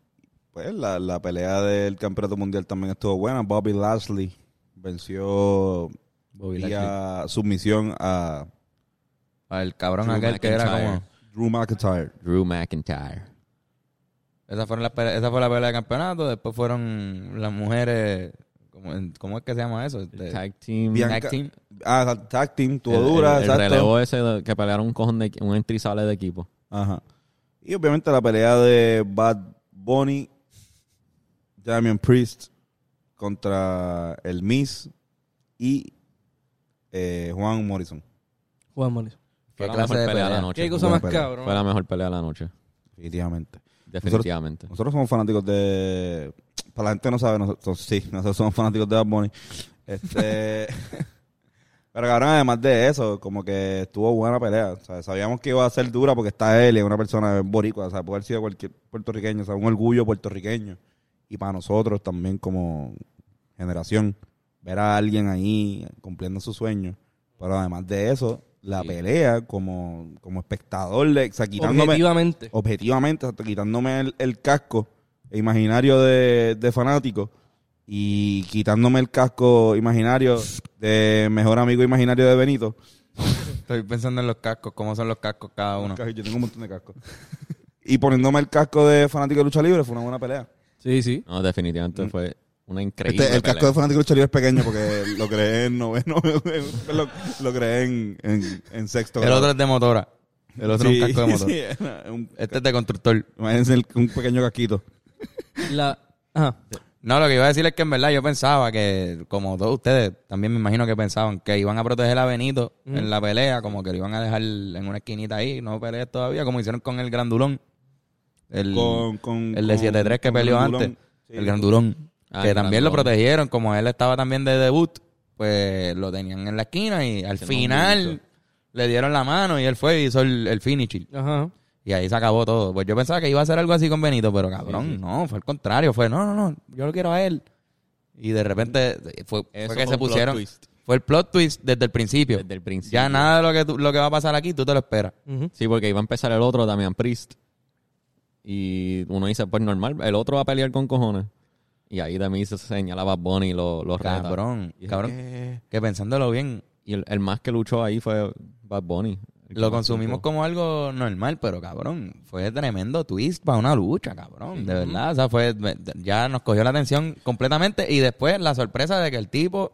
pues la, la pelea del campeonato mundial también estuvo buena. Bobby Lashley venció Bobby Lashley. vía submisión a Al cabrón Drew aquel que era McIntyre. como Drew McIntyre. Drew McIntyre. Esa, fueron las pele- esa fue la pelea de campeonato, después fueron las mujeres, ¿cómo, cómo es que se llama eso? Este, Tag team. Bianca- tag team. Ah, tag team, El- tuvo dura, el, el exacto. relevo ese de- que pelearon un cojón de un entry y sale de equipo. Ajá. Y obviamente la pelea de Bad Bunny, Damian Priest contra el Miss y eh, Juan Morrison. Juan Molis. ¿Qué Fue la clase mejor de pelea pelea? de la noche. Qué cosa buena más pelea. cabrón. Fue la mejor pelea de la noche. Definitivamente. Definitivamente. Nosotros somos fanáticos de. Para la gente que no sabe, nosotros sí, nosotros somos fanáticos de Bad Bunny. Este. Pero cabrón, además de eso, como que estuvo buena pelea. O sea, sabíamos que iba a ser dura porque está él y es una persona boricua. O sea, puede haber sido cualquier puertorriqueño. O sea, un orgullo puertorriqueño. Y para nosotros también como generación, ver a alguien ahí cumpliendo su sueño. Pero además de eso, la pelea como, como espectador, de, o sea, quitándome Objetivamente. objetivamente, hasta quitándome el, el casco imaginario de, de fanático y quitándome el casco imaginario de mejor amigo imaginario de Benito. Estoy pensando en los cascos, cómo son los cascos cada uno. Yo tengo un montón de cascos. Y poniéndome el casco de fanático de lucha libre fue una buena pelea. Sí, sí. No, definitivamente fue una increíble. Mm. Este, el pelea. casco de fanático de lucha libre es pequeño porque lo creé en noveno, lo, lo creé en, en- en sexto El otro es de motora. El otro es Sí, un casco de motor. sí, era un- Este es de constructor. imagínense el- un pequeño casquito. La... Ajá. No, lo que iba a decir es que en verdad yo pensaba que, como todos ustedes, también me imagino que pensaban que iban a proteger a Benito en la pelea, como que lo iban a dejar en una esquinita ahí, no pelees todavía, como hicieron con el Grandulón. El, Con- con- el de con- 7-3 que con peleó Grandulón. antes. Sí, el Grandulón. Ah, que el también lo Grandulón. protegieron, como él estaba también de debut, pues lo tenían en la esquina y al Que no final mucho. le dieron la mano y él fue y hizo el, el finishing. Ajá. Y ahí se acabó todo. Pues yo pensaba que iba a hacer algo así con Benito, pero cabrón, no, fue al contrario. Fue, no, no, no, yo lo quiero a él. Y de repente fue, fue que Eso fue se un plot pusieron. twist. Fue el plot twist desde el principio. Desde el principio. Ya nada de lo que, tú- lo que va a pasar aquí, tú te lo esperas. Ujú. Sí, porque iba a empezar el otro, Damian Priest. Y uno dice, pues normal, el otro va a pelear con cojones. Y ahí también se señalaba a Bad Bunny y lo, lo reta. Cabrón, Y, dije, cabrón. ¿qué? Que pensándolo bien, Y el, el más que luchó ahí fue Bad Bunny. El que lo más consumimos tiempo. como algo normal, pero cabrón, fue tremendo twist para una lucha, cabrón. De verdad, o sea, fue, ya nos cogió la atención completamente. Y después la sorpresa de que el tipo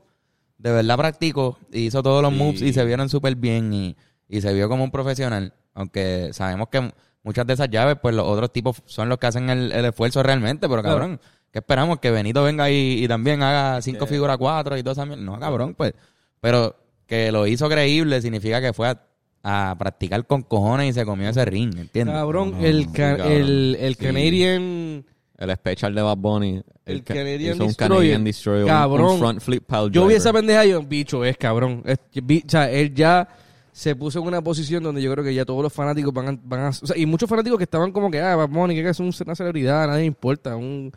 de verdad practicó y hizo todos los moves y se vieron súper bien y, y se vio como un profesional. Aunque sabemos que muchas de esas llaves, pues los otros tipos son los que hacen el, el esfuerzo realmente, pero Claro. cabrón, ¿qué esperamos? Que Benito venga y, y también haga cinco figuras cuatro y todo eso. No, cabrón, pues. Pero que lo hizo creíble significa que fue a, a practicar con cojones y se comió ese ring, ¿entiendes? Cabrón, el, ca- cabrón. el, el Sí. Canadian... El special de Bad Bunny. El ca- Canadian hizo un Destroyer. Canadian Destroyer. un- Cabrón. Un front flip pile Yo vi driver. esa pendeja y yo, bicho, es cabrón. Es- vi- o sea, él ya se puso en una posición donde yo creo que ya todos los fanáticos van a... Van a- o sea, y muchos fanáticos que estaban como que, ah, Bad Bunny, que es un- una celebridad, nadie importa, un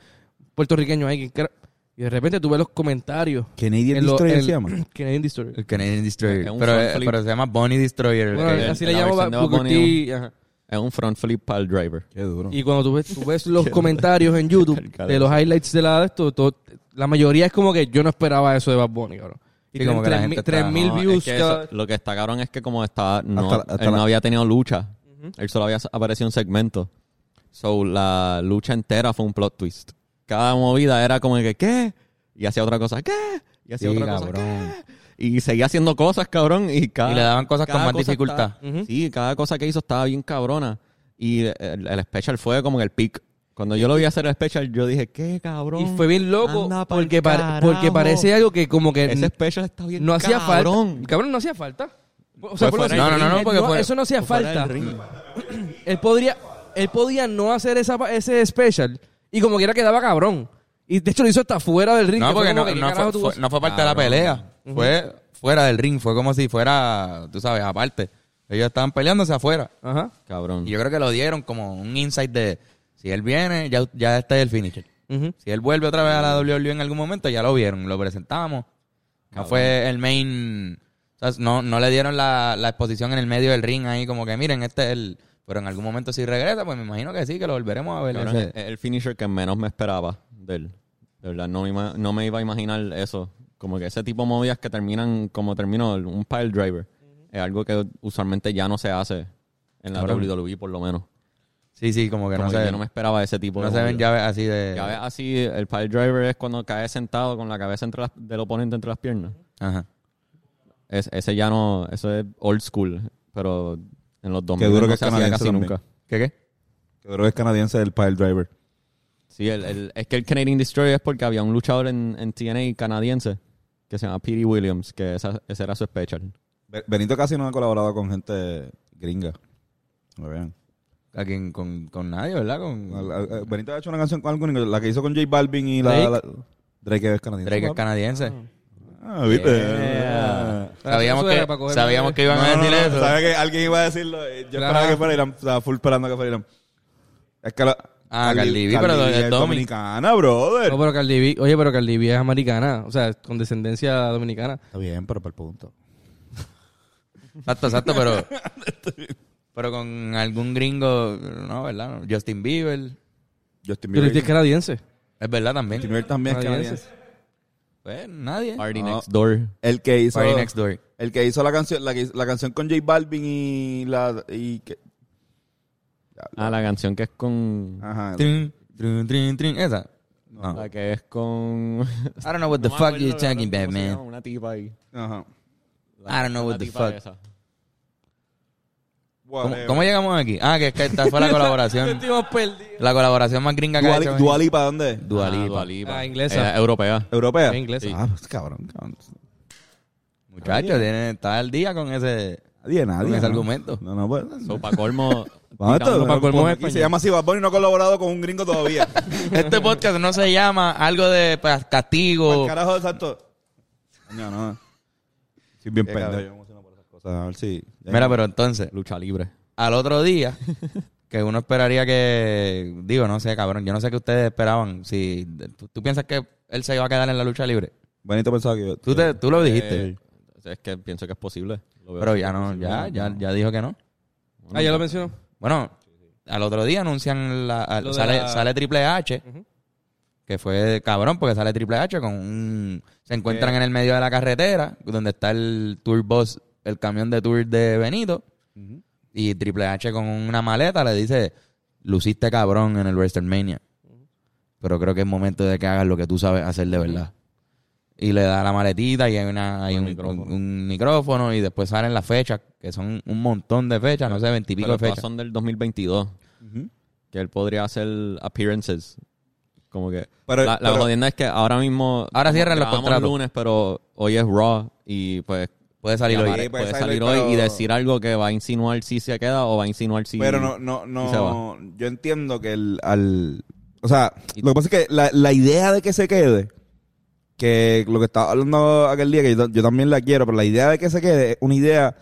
puertorriqueño ahí. que- Y de repente tú ves los comentarios. Canadian en lo- Destroyer en- se llama. Canadian Destroyer. El Canadian Destroyer. Es un Pero, front eh, flip. pero se llama Bonnie Destroyer. el Bueno, que- el- así le la llamo versión de Bad Booker Bunny T, ajá. Es un front flip pile driver. Qué duro. Y cuando tú ves, tú ves los comentarios en YouTube de los highlights de la de esto, todo- la mayoría es como que yo no esperaba eso de Bad Bunny, cabrón. Y Sí, como que la gente está- 3000 No, es views que cada- eso- lo que está cabrón es que como estaba, no, Hasta la- hasta él la- no había tenido lucha. Él solo había aparecido un segmento. So, la lucha entera fue un plot twist. Cada movida era como que, ¿qué? Y hacía otra cosa, ¿qué? Y hacía Sí, otra cosa, cabrón. ¿qué? Y seguía haciendo cosas, cabrón. Y, cada, Y le daban cosas con cada más cosa dificultad. estaba- Sí, cada cosa que hizo estaba bien cabrona. Y el, el special fue como en el peak. Cuando yo lo vi hacer el special, yo dije, ¿qué cabrón? Y fue bien loco Anda pa'l porque, pare- carajo. porque parece algo que como que Ese n- special está bien no hacía cabrón. falta. Cabrón, no hacía falta. O sea, Fue por lo fuera menos- del No, no, no, él- porque fue- eso no hacía falta. Él podría, él podía no hacer esa, pa- ese special y como quiera quedaba cabrón. Y de hecho lo hizo hasta fuera del ring. No, que fue porque como no, que, ¿qué no carajo fue, tú fue- vas- no fue parte de la pelea. Fue fuera del ring. Fue como si fuera, tú sabes, aparte. Ellos estaban peleándose afuera. Ajá. Cabrón. Y yo creo que lo dieron como un insight de si él viene, ya, ya este es el finisher. Ujú. Si él vuelve otra vez a la WWE en algún momento, ya lo vieron, lo presentamos. No fue el main. o sea, no, no le dieron la, la exposición en el medio del ring ahí, como que miren, este es el. Pero en algún momento si regresa, pues me imagino que sí, que lo volveremos a ver. Cabrón, ese- es el finisher que menos me esperaba de él. De verdad, no me, ima- no me iba a imaginar eso. Como que ese tipo de movidas que terminan como terminó el- un pile driver. Es algo que usualmente ya no se hace en la Cabrón. WWE, por lo menos. Sí, sí, como que Como no que se, yo no me esperaba ese tipo no de se ven eh. movidas. llaves así de. Ya ves, así, el pile driver es cuando cae sentado con la cabeza entre las- del oponente entre las piernas. Ajá. Es- ese ya no, eso es old school, pero en los 2000 duro no que se es hacía canadiense casi también. nunca. ¿Qué qué? Qué duro que es canadiense el pile driver. Sí, el, el- es que el Canadian Destroyer es porque había un luchador en, en TNA canadiense que se llama Petey Williams, que esa- ese era su special. Be- Benito casi no ha colaborado con gente gringa. Lo vean. ¿A quién? Con, con nadie, ¿verdad? Con, Al- al- al- Benito ha hecho una canción con algo, la que hizo con J Balvin y la... Drake. la- Drake es canadiense. Drake es canadiense. Ah, ¿viste? Yeah. Sabíamos, Eso era que, para coger sabíamos madre. que iban a decir eso. Sabía que alguien iba a decirlo. eh, Yo Claro. esperaba que fuera Irán. Estaba full esperando que fuera Irán. Es que lo- Ah, Cardi B, Cardi pero B es es Domi. dominicana, brother. No, pero Cardi B- oye, pero Cardi B es americana, o sea, con descendencia dominicana. Está bien, pero para el punto. Exacto, exacto, pero. pero con algún gringo. No, ¿verdad? Justin Bieber. Justin Pero Bieber. es que es canadiense. Es verdad también. Justin Bieber también es Canadiense. canadiense. Pues nadie. Party Ah. Next Door. El que hizo, Party Next Door. el que hizo la, canción, la, que hizo- la canción con J Balvin y la... Y que, Ah, la canción que es con... ajá. Trin, trin, trin, trin. Esa. No. Ah. La que es con... I don't know what the No me fuck acuerdo, you're talking cabrón, about, cómo se llama, man. Una tipa ahí. ajá. I don't know Una what the tipa fuck. esa. ¿Cómo, cómo llegamos aquí? Ah, que, que esta fue la colaboración. la colaboración más gringa que ha hecho. Duali, ¿para dónde? Dualipa. Ah, Dua Lipa. Ah, inglesa. Eh, europea. ¿Europea? Es inglesa. Ah, pues cabrón, cabrón. Muchachos, tiene- está al día con ese. Nadie, nadie. ese ¿no? argumento. No, no, pues... So, pa' colmo... Vamos a tirando esto, pa' no, colmo ponme en aquí. español. se llama así, Bad Bunny no ha colaborado con un gringo todavía. Este podcast no se llama algo de pues, Pa'l castigo. carajo, exacto. No, no. Soy bien pendejo. yo me emociono por esas cosas. A ver si... Mira, pero entonces, Lucha libre. al otro día, que uno esperaría que, digo, no sé, cabrón, yo no sé qué ustedes esperaban. Si tú, tú piensas que él se iba a quedar en la lucha libre, Benito pensaba que yo... tú, te, tú lo dijiste, Eh, es que pienso que es posible. Lo veo pero que ya es no, posible. ya, ya, ya dijo que no. Ah, ya lo mencionó. Bueno, al otro día anuncian la, al- Lo de sale, la- sale Triple H, Ujú. que fue cabrón porque sale Triple H con un, se encuentran en el medio de la carretera donde está el tour bus, el camión de tour de Benito y Triple H con una maleta le dice, luciste cabrón en el WrestleMania, pero creo que es momento de que hagas lo que tú sabes hacer de verdad. Y le da la maletita y hay, una, hay un, micrófono. un- un micrófono y después salen las fechas, que son un montón de fechas, no sé, veintipico Pero de estas fechas. son del 2022. Que él podría hacer appearances. Como que. Pero- la la pero- jodienda es que ahora mismo. Ahora como cierran los grabamos contratos. lunes, pero hoy es Raw. Y pues. Puede salir ya hoy. pare- puede puede salir salir hoy, hoy y pero- decir algo que va a insinuar si se queda o va a insinuar si. Pero no, no, y se no. va. Yo entiendo que el, al, o sea, lo que pasa es que la, la idea de que se quede, que lo que estaba hablando aquel día, que yo, yo también la quiero, pero la idea de que se quede es una idea,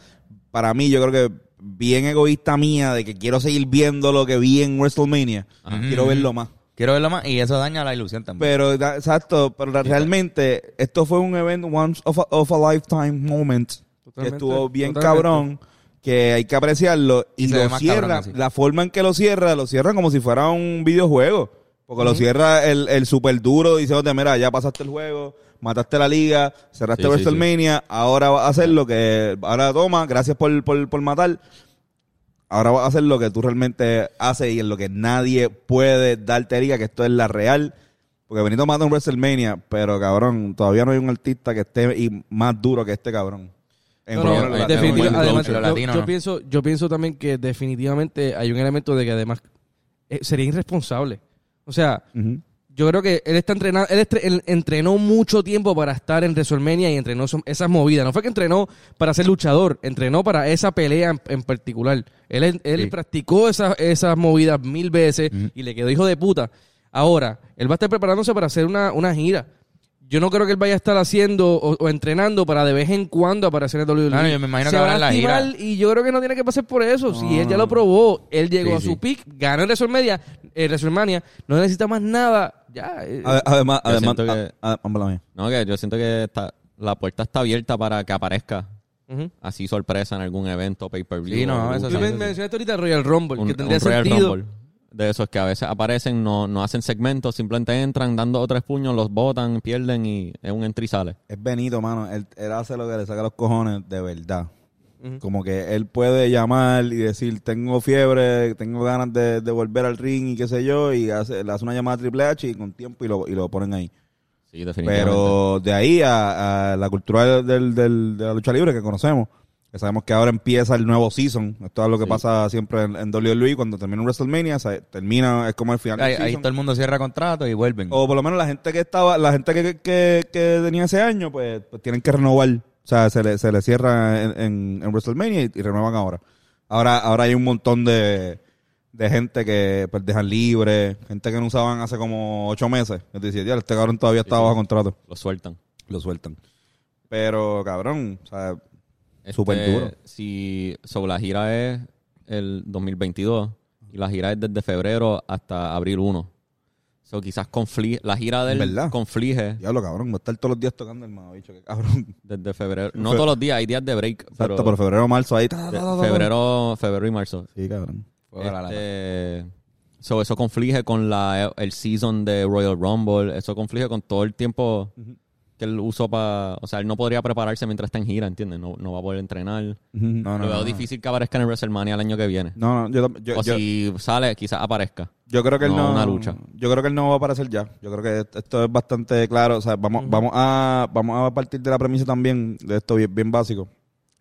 para mí, yo creo que bien egoísta mía, de que quiero seguir viendo lo que vi en WrestleMania. Quiero verlo más. Quiero verlo más y eso daña la ilusión también. Pero, da- exacto, pero la- realmente esto fue un evento once of a, of a lifetime moment Totalmente, que estuvo bien totalmente. cabrón, que hay que apreciarlo y, Y se ve lo más cierra, cabrón así. la forma en que lo cierra, lo cierra como si fuera un videojuego, porque lo cierra el, el super duro diciéndote, mira, ya pasaste el juego, mataste la liga, cerraste Sí, sí, WrestleMania, ahora vas a hacer lo que, ahora toma, gracias por, por, por matar. Ahora vas a hacer lo que tú realmente haces y en lo que nadie puede darte liga, que esto es la real. Porque Benito mata en WrestleMania, pero cabrón, todavía no hay un artista que esté y más duro que este cabrón. En No, Raw no, en el- definitiva- en el- además, Pero yo, latino, yo no. pienso, yo pienso también que definitivamente hay un elemento de que además eh, sería irresponsable. O sea, Ujú. yo creo que él está entrenado, él, estre- él entrenó mucho tiempo para estar en WrestleMania y entrenó eso- esas movidas. No fue que entrenó para ser luchador, entrenó para esa pelea en, en particular. Él, en- él Sí. practicó esas, esas movidas mil veces y le quedó hijo de puta. Ahora, él va a estar preparándose para hacer una, una gira. Yo no creo que él vaya a estar haciendo o, o entrenando para de vez en cuando aparecer en WWE. Claro, yo me imagino Se que va a habrá la gira. lastimar y yo creo que no tiene que pasar por eso. Si él ya lo probó, él llegó Ah. Sí, a su sí. pick, ganó en WrestleMania, eh, WrestleMania, no necesita más nada. Ya, eh, Ah, Ade- Además, Yo además, siento que- a- a- vamos a la mía. No, que yo siento que está- la puerta está abierta para que aparezca Ujú. así sorpresa en algún evento, pay-per-view. Sí, no, o- eso Tú sí. men- mencionaste ahorita el Royal Rumble, que tendría Royal sentido. Rumble. De esos que a veces aparecen, no, no hacen segmentos, simplemente entran dando otros puños, los botan, pierden y es un entry y sale. Es Benito, mano. Él, él hace lo que le saca los cojones de verdad. Como que él puede llamar y decir, tengo fiebre, tengo ganas de, de volver al ring y qué sé yo, y hace, le hace una llamada a Triple H y con tiempo y lo, y lo ponen ahí. Sí, definitivamente. Pero de ahí a, a la cultura del- del- de la lucha libre que conocemos, que sabemos que ahora empieza el nuevo season. Esto es lo que pasa siempre en, en WWE cuando termina un WrestleMania, se- termina, es como el final ahí, del ahí season. todo el mundo cierra contrato y vuelven. O por lo menos la gente que estaba, la gente que, que, que tenía ese año, pues, pues tienen que renovar. O sea, se le, se le cierra en, en- en WrestleMania y, y renuevan ahora. Ahora, ahora hay un montón de, de gente que pues, dejan libre, gente que no usaban hace como ocho meses. Es decir, ya, este cabrón todavía está bajo contrato. Lo sueltan. Lo sueltan. Pero, cabrón, o sea, Este, Súper duro. Si sobre la gira es el 2022 y la gira es desde febrero hasta abril 1. So, quizás conflige, la gira del ¿Verdad? conflige diablo, cabrón, va a estar todos los días tocando el mado, bicho, que cabrón. desde febrero. No todos los días, hay días de break. Exacto, pero por febrero marzo ahí. ta, ta, ta, ta, ta. febrero, febrero y marzo. Sí, cabrón. Fuego a la lata. Este, so, eso conflige con la, el season de Royal Rumble. Eso conflige con todo el tiempo que él usó para... O sea, él no podría prepararse mientras está en gira, ¿entiendes? No, no va a poder entrenar. No, no, Lo veo no. difícil que aparezca en el WrestleMania el año que viene. No, no, yo, tam- yo, o yo- si sale, quizás aparezca. yo creo que él no, no. una lucha. Yo creo que él no va a aparecer ya. Yo creo que est- esto es bastante claro. O sea, vamos, vamos, a, vamos a partir de la premisa también, de esto bien, bien básico.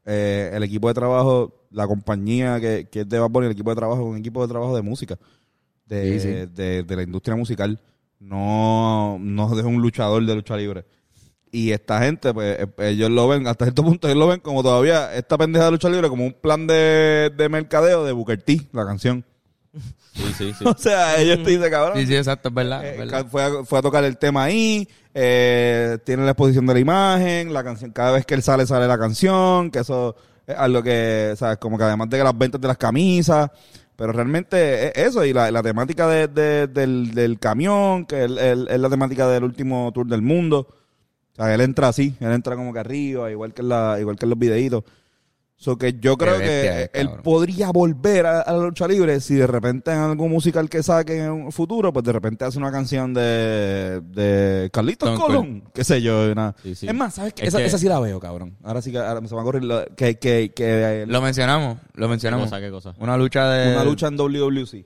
Eh, el equipo de trabajo, la compañía que, que es de Bad Bunny, el equipo de trabajo es un equipo de trabajo de música, de, Sí, sí. de- de la industria musical. No, no es un luchador de lucha libre. Y esta gente, pues, eh, ellos lo ven, hasta cierto punto ellos lo ven como todavía esta pendeja de lucha libre, como un plan de, de mercadeo de Booker T, la canción. Sí, sí, sí. O sea, ellos te dicen, cabrón. Sí, sí, exacto, es verdad. eh, es verdad. ca- fue, a, fue a tocar el tema ahí, eh, tiene la exposición de la imagen, la canción, cada vez que él sale, sale la canción, que eso es algo que, ¿sabes? Como que además de las ventas de las camisas, pero realmente es eso, y la, la temática de- de- del, del camión, que es, es- es la temática del último tour del mundo. O sea, él entra así, él entra como que arriba, igual que en, la, igual que en los videitos. So que yo Qué creo bestia es, que él cabrón. podría volver a, a la lucha libre si de repente en algún musical que saque en un futuro, pues de repente hace una canción de, de Carlitos Stone Colón, qué sé yo. una- Sí, sí. Es más, ¿sabes qué? Es Esa, que- esa sí la veo, cabrón. Ahora sí que ahora se va a correr la- que, que, que- eh, Lo mencionamos, lo ¿Qué mencionamos. cosa, qué cosa? Una lucha de... una lucha en WWC.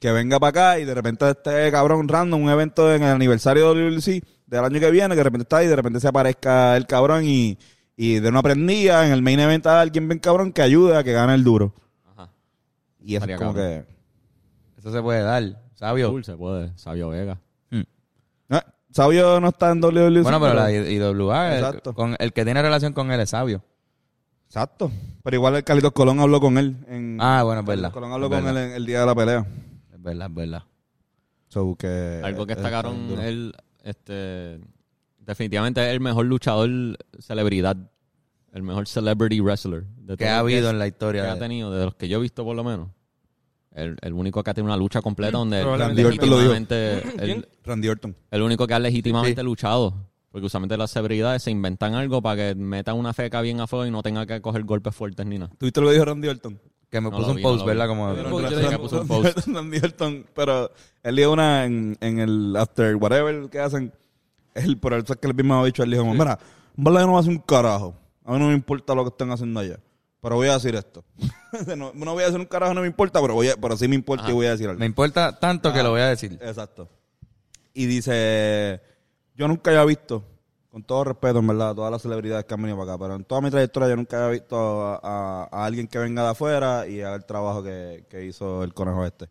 Que venga para acá y de repente este cabrón random, un evento en el aniversario de WWC del año que viene, que de repente está ahí, de repente se aparezca el cabrón y, y de una prendida en el main event a alguien bien cabrón que ayuda a que gane el duro. Ajá. Y eso es Estaría como cabrón. que. Eso se puede dar, sabio. Cool, se puede. Sabio Vega. No, Ah, Sabio no está en E WWC. Bueno, pero la I- IWA, el, Exacto. con, el que tiene relación con él es sabio. Exacto. Pero igual el Carlitos Colón habló con él. En, Ah, bueno, es Carlitos verdad. Colón habló es con verdad, él en el día de la pelea. Es verdad, es verdad. So, que, Algo que eh, está eh, cabrón, duro. él, este, definitivamente es el mejor luchador celebridad, el mejor celebrity wrestler. De Que todos ha los habido en la que historia. ha de- tenido, de los que yo he visto por lo menos. El, el único que ha tenido una lucha completa donde él probablemente. Randy Orton lo dijo. legítimamente- el, Randy Orton. el único que ha legítimamente Sí, luchado. Porque usualmente las celebridades se inventan algo para que metan una feca bien a fuego y no tenga que coger golpes fuertes ni nada. ¿Tuviste lo que dijo Randy Orton? Que me No puso lo un vi, no post, lo vi. ¿verdad? Como... Pero- Randy Yo Orton le puse un Randy Orton, Randy Orton, pero él dio una en, en el after whatever que hacen. Él, pero él es que el mismo bicho, él dijo, como, mira, en verdad yo no voy a hacer un carajo. A mí no me importa lo que estén haciendo allá. Pero voy a decir esto. no, no voy a hacer un carajo, no me importa, pero, voy a- pero sí me importa y voy a decir algo. Me importa tanto Ah. que lo voy a decir. Exacto. Y dice, yo nunca había visto, con todo respeto, en verdad, a todas las celebridades que han venido para acá, pero en toda mi trayectoria yo nunca había visto a, a- a alguien que venga de afuera y haga el trabajo que, que hizo el conejo este.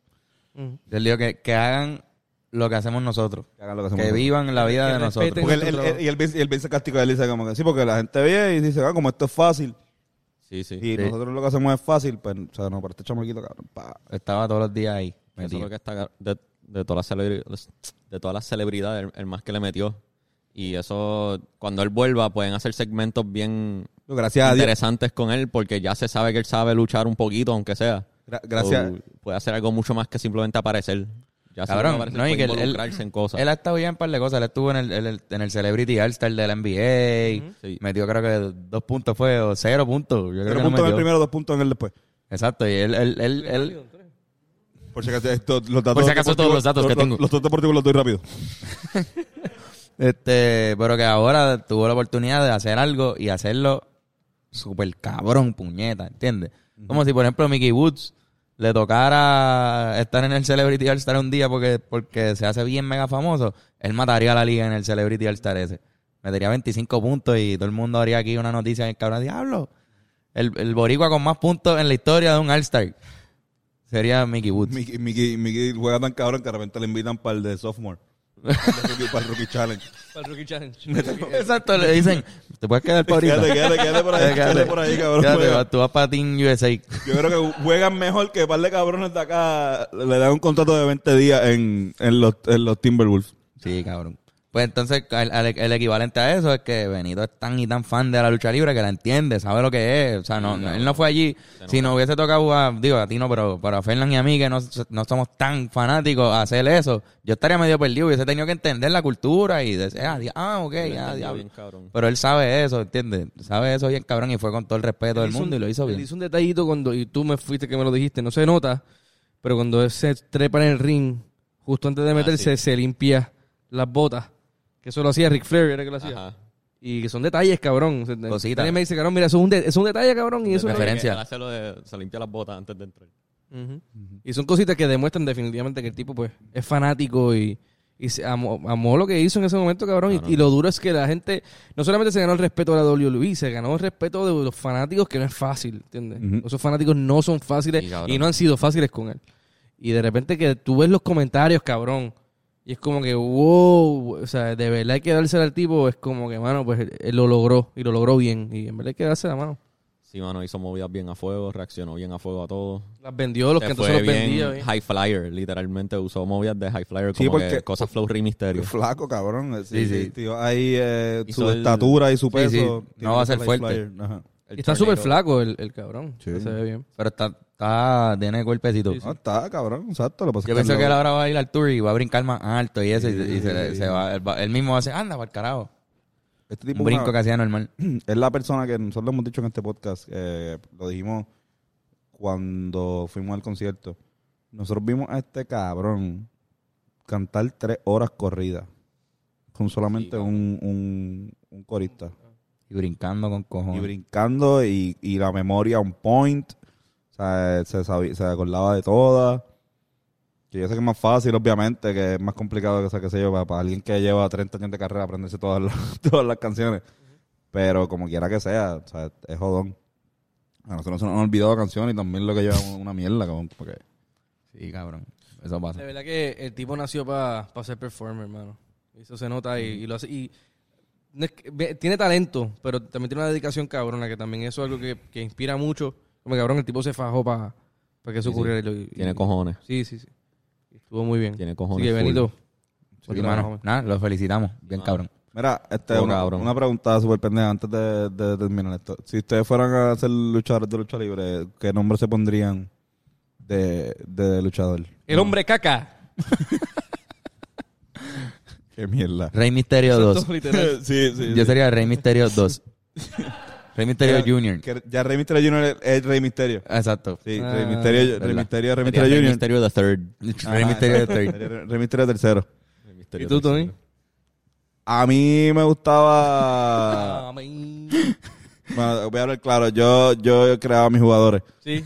Él dijo que, que hagan lo que hacemos nosotros. Que hagan lo que hacemos Que nosotros. vivan la vida Que de nosotros. respeten. Porque él, él- él- y él, bien- y él bien sarcástico, él dice como que sí, porque la gente ve y dice, ah, como esto es fácil, Sí, sí. y nosotros lo que hacemos es fácil, pues, o sea, no, para este chamaquito, cabrón, pa. Estaba todos los días ahí. Eso metido. es lo que está de, de todas las celebri- de todas las celebridades, el, el más que le metió. Y eso, cuando él vuelva, pueden hacer segmentos bien Gracias a Dios. interesantes con él, porque ya se sabe que él sabe luchar un poquito, aunque sea. Gra- gracias. O puede hacer algo mucho más que simplemente aparecer. Ya si Cabrón, uno aparece, no, y puede que él- él- involucrarse en cosas. Él ha estado ya en un par de cosas. Él estuvo en el, en el- en el Celebrity All-Star de la NBA. Sí. Metió creo que dos puntos fue, o cero puntos. Yo creo Tres que no puntos en el metió. primero, dos puntos en el después. Exacto. Y él, él, él, él- Por si acaso, esto- los datos Por si acaso, todos los datos que deportivos- tengo. Los datos deportivos los doy rápido. este, pero que ahora tuvo la oportunidad de hacer algo y hacerlo súper cabrón, puñeta, ¿entiendes? Como si, por ejemplo, Mickey Woods le tocara estar en el Celebrity All-Star un día porque, porque se hace bien mega famoso, él mataría a la liga en el Celebrity All-Star ese. Metería 25 puntos y todo el mundo haría aquí una noticia en el cabrón diablo. El, el boricua con más puntos en la historia de un All-Star sería Mickey Woods. Mickey, Mickey, Mickey juega tan cabrón que de repente le invitan para el de sophomore. para el rookie, para el rookie challenge. Para el Rookie Challenge. Exacto, le dicen, te puedes quedar por ahorita. Quédate, quédate, quédate por ahí, quédate por ahí, cabrón. Quédate, juega. va- tú vas para Team USA. Yo creo que juegan mejor que un par de cabrones de acá le dan un contrato de 20 días en, en, los, en los Timberwolves. Sí, cabrón. Pues entonces el, el- el equivalente a eso es que Benito es tan y tan fan de la lucha libre que la entiende, sabe lo que es. O sea, no, no, él no fue allí. Si nos hubiese tocado, a, digo, a ti no, pero para Fernan y a mí que no, no somos tan fanáticos a hacer eso, yo estaría medio perdido. Hubiese tenido que entender la cultura y decir, ah, di- ah ok, Lo ah, entendió diablo. bien, cabrón. Pero él sabe eso, ¿entiendes? Sabe eso bien cabrón y fue con todo el respeto del hizo mundo un- y lo hizo Él bien. hizo un detallito cuando, y tú me fuiste que me lo dijiste, no se nota, pero cuando él se trepa en el ring, justo antes Ah, de meterse, se limpia las botas. Que eso lo hacía Ric Flair, era que lo hacía. Ajá. Y que son detalles, cabrón. O sea, Cositas. Daniel me dice, cabrón, mira, eso es un, de- eso es un detalle, cabrón. Y, eso es- Referencia. Él hace lo de- se limpia las botas antes de entrar. Ujú. y son cositas que demuestran definitivamente que el tipo pues es fanático y, y se amó, amó lo que hizo en ese momento, cabrón. Y- Y, lo duro es que la gente no solamente se ganó el respeto de la WWE, se ganó el respeto de los fanáticos, que no es fácil, ¿entiendes? Ujú. Esos fanáticos no son fáciles Sí, y, cabrón. no han sido fáciles con él. Y de repente que tú ves los comentarios, cabrón. Y es como que, wow, o sea, de verdad hay que dársela al tipo, es como que, mano, pues él lo logró y lo logró bien. Y en verdad hay que dársela, mano. Sí, mano, hizo movidas bien a fuego, reaccionó bien a fuego a todo. Las vendió, los Se que fue entonces los bien vendía. bien. High Flyer, literalmente usó movidas de High Flyer Sí, como porque- que cosas Flow Rey Misterio. Flaco, cabrón. Sí, Sí, sí. sí. Tío, ahí eh, Hizo su el- estatura y su Sí, peso. sí. No tiene va a que ser ser fuerte. flyer. Ajá. El Y está tornado. súper flaco el, el cabrón. Sí. Se ve bien. Pero está, está, tiene cuerpo éxito. No, está, cabrón. Exacto. Lo que pasa Yo es pienso que él lo- ahora va a ir al tour y va a brincar más alto y eso. Y, y se, se va, él, va- él mismo va a hacer, anda, para el carajo. este Un tipo brinco una- que hacía normal. es la persona que nosotros lo hemos dicho en este podcast, eh, lo dijimos cuando fuimos al concierto. Nosotros vimos a este cabrón cantar tres horas corridas con solamente un, un- un corista. Y brincando con Y cojones. brincando y, y la memoria on point. O sea, eh, se, sabi- se acordaba de todas. Que yo sé que es más fácil, obviamente, que es más complicado que, o sea, qué sé yo, para, para alguien que lleva 30 años de carrera aprenderse todas las, todas las canciones. Pero como quiera que sea, o sea, es jodón. A nosotros se nos han olvidado canciones y también lo que llevamos una mierda, cabrón, porque Sí, cabrón. Eso pasa. De verdad que el tipo nació para ser performer, hermano. Eso se nota y, y lo hace. Y no es que- ve- tiene talento, pero también tiene una dedicación cabrona, que también eso es algo que, que inspira mucho. Como cabrón, el tipo se fajó para que eso Sí, sí. ocurriera. y lo- y- Tiene cojones. Sí, sí, sí. Estuvo muy bien. Tiene Así cojones. que full. Benito. Sí, pues, continúa, mano. joven. Nada, los felicitamos. Bien, cabrón. Mira, este, Todo una, cabrón. una pregunta súper pendeja antes de, de terminar esto. Si ustedes fueran a ser luchadores de lucha libre, ¿qué nombre se pondrían de, de luchador? El hombre caca. Qué mierda. Rey Misterio 2. Todo literal. sí, sí. Yo sería Rey Misterio 2. Rey Misterio Junior. Que ya Rey Misterio Jr. es- es Rey Misterio. Exacto. Sí, Ah, Rey Misterio, Rey verdad. Misterio, Rey Sería Misterio Ah, Rey Jr. Misterio the Third. Rey Ajá, Misterio exacto. 3. Rey- Rey Misterio tercero. Rey ¿Y Misterio tú, tercero. Tony? A mí me Ah. gustaba... Amén. Bueno, voy a hablar claro. Yo, yo creaba mis jugadores. Sí.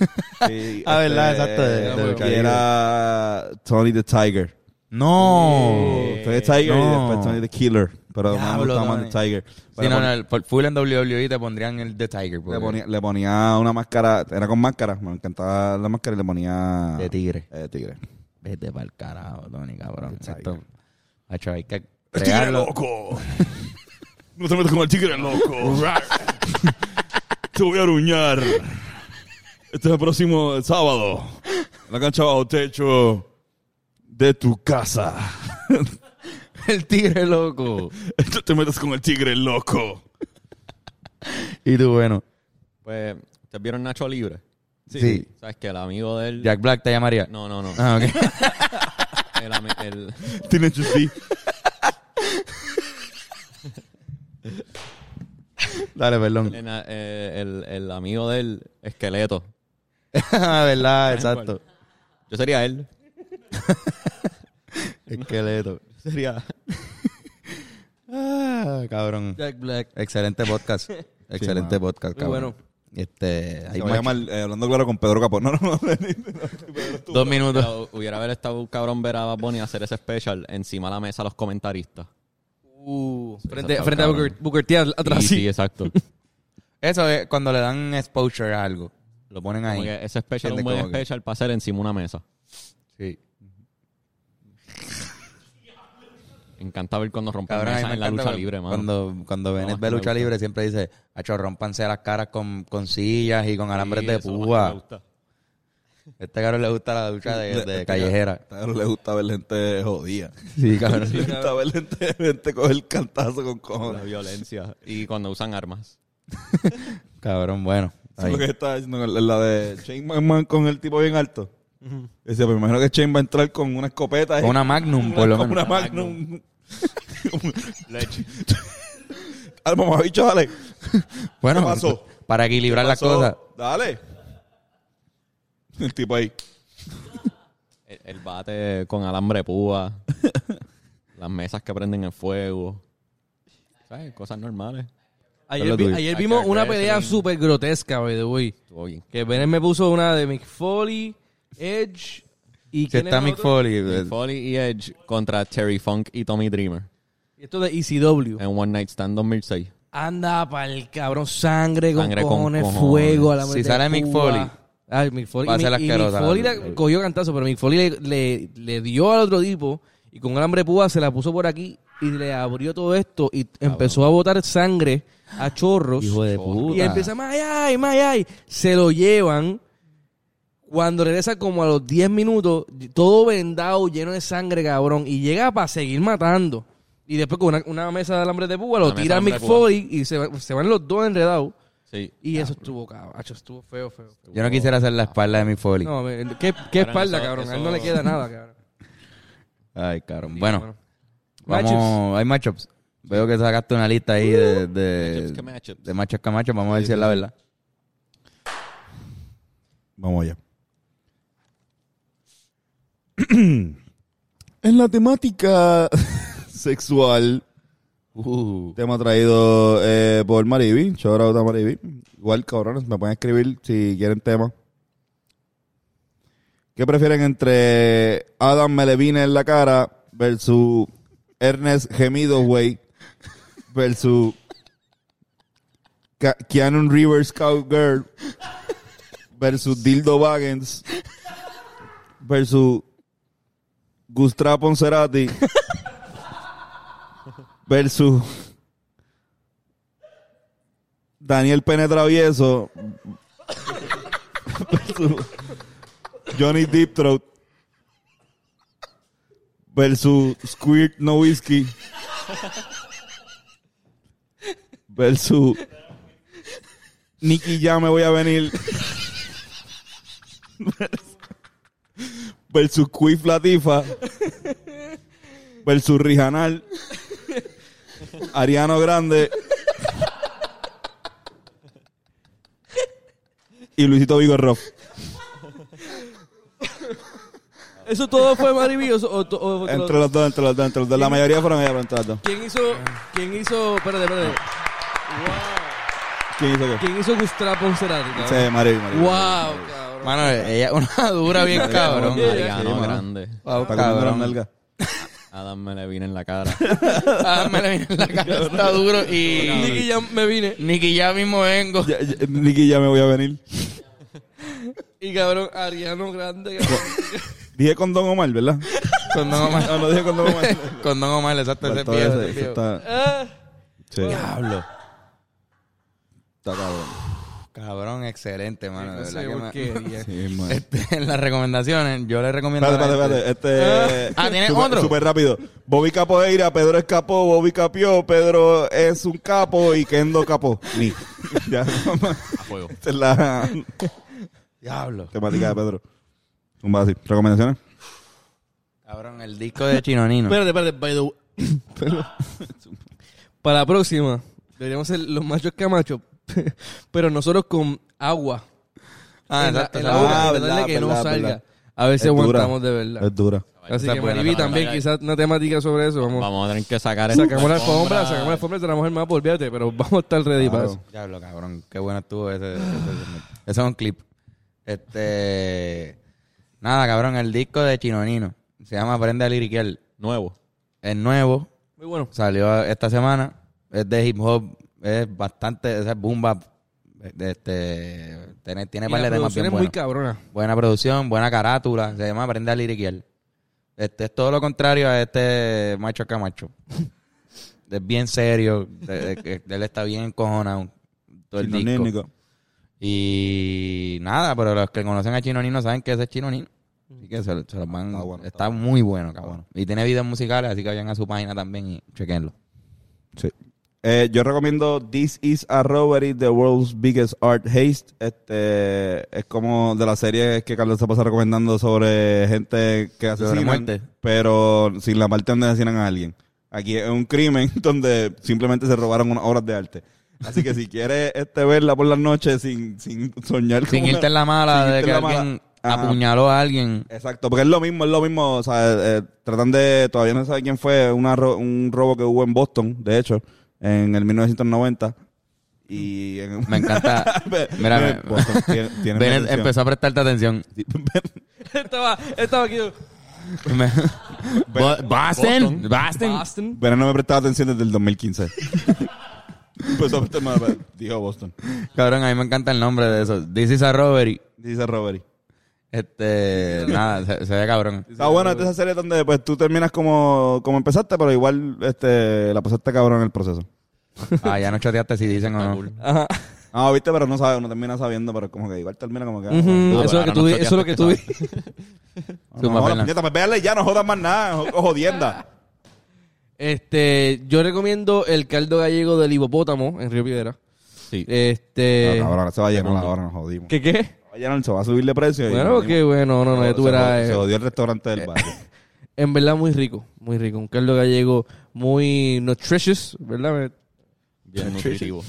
Sí, Ah, verdad, exacto, de- de lucha y libre. era Tony the Tiger. No. Tony the Tiger y Oh. no. después Tony the Killer. Pero me Diablo, gustaba más Tony. The Tiger. Sí, Pero no, pon- no, el- por full en WWE te pondrían el The Tiger. le, porque- ponía, le ponía una máscara. Era con máscara. Me encantaba la máscara y le ponía... De tigre. Eh, de tigre. Vete para el carajo, Tony, cabrón. The Tiger. Esto, macho, hay que crearlo. loco! No te metas con el tigre loco. te voy a aruñar. Este es el próximo sábado. En la cancha bajo techo de tu casa. El tigre loco. No te metas con el tigre loco. Y tú, bueno. Pues, ¿te vieron Nacho Libre? Sí. ¿Sabes que el amigo de él... Jack Black te llamaría. No, no, no. Ah, ok. El, ami- el- Teenage D. Dale, perdón. el- eh, el- el amigo del esqueleto. Ah, ¿Verdad? Exacto. Yo sería él. Esqueleto. Sería... Ah, cabrón. Jack Black. Excelente podcast. Excelente podcast, Muy cabrón. bueno. Este, Se hay va a más- llamar, eh, hablando claro con Pedro Capó. No, no, no. dos minutos. Pero hubiera haber estado un cabrón ver a Bad Bunny hacer ese special encima de la mesa a los comentaristas. Uh, frente está frente a cabrón. Booker, Booker T atrás. Sí, sí, exacto. Eso es cuando le dan exposure a algo. Lo ponen Como ahí. que eh, ese special ¿Entiendes? es un buen Como que- special para hacer encima de una mesa. Sí. Me encanta ver cuando rompen Cabrón, a mí mesas me en la encanta lucha cu- libre, mano. Cuando, cuando Bennett más ve que me lucha gusta. libre siempre dice, hacho, rompanse las caras con, con sillas y con alambres Sí, de eso es lo más que me púa. gusta. Este cabrón le gusta la ducha de, de callejera. A él le gusta ver gente jodida. Sí, cabrón. Le gusta ver gente, gente coger cantazo con La cojones. violencia. Y cuando usan armas. Cabrón, bueno. Eso es Ahí. lo que está diciendo con la de Shane McMahon con el tipo bien alto. Decía, pues me imagino que Shane va a entrar con una escopeta. y- Con una Magnum, por lo con menos. una Magnum. Al mamabicho, dale. Bueno, ¿Qué pasó? para equilibrar las Pasó, cosas. Dale. El tipo ahí. El, el bate con alambre de púa. las mesas que prenden en fuego. ¿Sabes? Cosas normales. Ayer, Dale vi- tuyo. ayer Ay, vimos qué una agresión. pelea súper grotesca, by the way. Estuvo bien. Que Benet me puso una de Mick Foley, Edge y Si ¿quién está es el Mick otro? Foley. eh, Foley y Edge contra Terry Funk y Tommy Dreamer. Esto de ECW. Eh. En One Night Stand 2006. Anda pa'l cabrón, sangre con Sangre con cojones, cojones. fuego a la Si madre de sale Mick Cuba. Foley, Ay, Mick Foley. va a y ser Mick- y Mick asquerosa la- Foley la cogió cantazo, pero Mick Foley le, le- le dio al otro tipo y con un alambre de púa se la puso por aquí y le abrió todo esto y empezó a botar sangre a chorros. Hijo de puta. Y empieza, "May, ay, may, ay". Se lo llevan. Cuando regresa como a los 10 minutos, todo vendado, lleno de sangre, cabrón. Y llega para seguir matando. Y después con una, una mesa de alambre de púa lo Una mesa tira de Mick alambre de púa. Foley y se, va- se van los dos enredados. Sí. Y eso estuvo, cabrón. Acho, Estuvo feo, feo. Yo no quisiera hacer la espalda de Mick Foley. No, me- qué, qué Cabrón, espalda, eso- cabrón. A él eso- no le queda nada, cabrón. Ay, cabrón. Bueno, Bueno. vamos. Hay matchups. Veo que sacaste una lista ahí de. de Matchups que matchups. de matchups que matchups. Vamos a ver si es la verdad. Vamos allá. en la temática sexual, tema traído eh, por Mariby, shout out a Mariby. Igual, cabrones, me pueden escribir si quieren tema. ¿Qué prefieren entre Adam Melevine en la cara versus Ernest Gemido, güey, versus Ca- Keanu Rivers Cowgirl versus Dildo Baggins versus Gustavo Poncerati versus Daniel Pene Travieso versus Johnny Deep Throat versus Squirt No Whiskey versus Nicky ya me voy a venir versus Quif Latifa versus Rijanal Ariano Grande y Luisito Vigorroff. ¿Eso todo fue maravilloso? O, to- o- Entre los dos, entre los dos, entre los dos. La mayoría fueron ella, pero entre los dos. ¿Quién hizo...? ¿Quién hizo...? Espérate, espérate. ¿Quién hizo qué? ¿Quién hizo Gustavo Poncerati, cabrón? Sí, Mario, Mario. Wow, cabrón. Mano, ella es una dura bien cabrón. Mariano mano. Grande. Wow, Está comiendo las cabrón. nalgas. Adam me le vino en la cara. Ah, me la vi en la cara. Está duro y... Nicky ya me vine. Nicky, ya mismo vengo. Ya- ya- Nicky ya me voy a venir. Y cabrón, Ariano Grande. cabrón. Dije con Don Omar, ¿verdad? Con Don Omar. No, no dije con Don Omar. Con Don Omar, exacto. Ese Faltó pie, ese, ese eso pie. está- Ah. sí. Está cabrón. Cabrón, excelente, mano. de No sé verdad que por me- qué, ya. Sí, man. Este, en las recomendaciones, yo le recomiendo. Espérate, a la espérate, gente- espérate. Este, Ah, ¿tienes súper- otro? Súper rápido. Bobby Capoeira, Pedro escapó, Bobby capió, Pedro es un capo y Kendo capó. Ni. ya, no más. A fuego. Esta es la Diablo. temática de Pedro. Un así. ¿Recomendaciones? Cabrón, el disco de Chinonino. Espérate, espérate, by the way. Para la próxima, deberíamos ser los machos camachos, pero nosotros con agua. ah, En la- exacto. en esa la ah, boca. boca, tratar de verdad, que no verdad, salga. verdad. A ver si Es dura. aguantamos de verdad. Es dura. Así Esa que es buena, Mariby esa es también, buena. quizás una temática sobre eso. Vamos. Vamos a tener que sacar esa Sacamos la alfombra, sacamos la alfombra, se la mujer más, olvídate, pero vamos a estar ready para eso. Pues, Diablo, cabrón. Qué bueno estuvo ese. ese- ese- Ese es un clip. Este. Nada, cabrón, el disco de Chinonino. Se llama Aprende a Liriquear. Nuevo. Es nuevo. Muy bueno. Salió esta semana. Es de hip hop. Es bastante. Es boom bap. Este, tiene tiene Y par la de temas producción bien es muy buenos. cabrona. Buena producción, buena carátula. Se llama Aprende a Liriquiel. Este es todo lo contrario a este macho camacho. es bien serio. de- de- de- él está bien cojonado. Todo el disco. Sinonímico. Y nada, pero los que conocen a Chino Nino saben que ese es Chino Nino. Así que se, se los van. Está bueno, está muy bueno, cabrón. Y tiene videos musicales, así que vayan a su página también y chequenlo. Sí. Eh, yo recomiendo This Is a Robbery, The World's Biggest Art Heist. Este, es como de las series que Carlos se pasa recomendando sobre gente que asesinan, muerte. pero sin la parte donde asesinan a alguien. Aquí es un crimen donde simplemente se robaron unas obras de arte. Así que si quieres este, verla por las noches sin, sin soñar Sin con irte una- en la mala sin de irte que en la mala. Ah. alguien Ajá. apuñaló a alguien. Exacto, porque es lo mismo, es lo mismo. O sea, eh, tratan de. Todavía no sabe quién fue. Una, ro- un robo que hubo en Boston, de hecho, en el 1990. Y en. Me encanta. Mira, Eh, me- Boston tiene- Bennett tiene mi atención. empezó a prestarte atención. estaba, estaba aquí. Me- Bo- Boston, Boston. Boston. Boston. Pero no me prestaba atención desde el 2015. pues a prestar más, dijo Boston. Cabrón, a mí me encanta el nombre de eso. This is a robbery. Dice Robbery. Este, nada, se, se ve cabrón. Está Ah, bueno, esta es esa serie donde pues tú terminas como, como empezaste, pero igual este la pasaste cabrón en el proceso. Ah, ya no chateaste si dicen o no. Ajá. Ah, viste, pero no sabes, uno termina sabiendo, pero como que igual termina como que. ah, bueno. Ujú, eso es lo que tú eso es lo que tú No, Suma, no, jodas, Fernan. puñeta, pues véale ya, no jodas más nada, o jodienda. Este, yo recomiendo el caldo gallego del hipopótamo en Río Piedra. Sí. Este, No, cabrón, se va a llenar la hora, nos jodimos. ¿qué qué? Se va a llenar, se va a subir de precio. y Bueno, nos que jodimos. bueno, no, no, ya tú se, verás, jod- eh. se jodió el restaurante del barrio. En verdad muy rico, muy rico, un caldo gallego muy nutritious, ¿verdad? Bien nutritivo.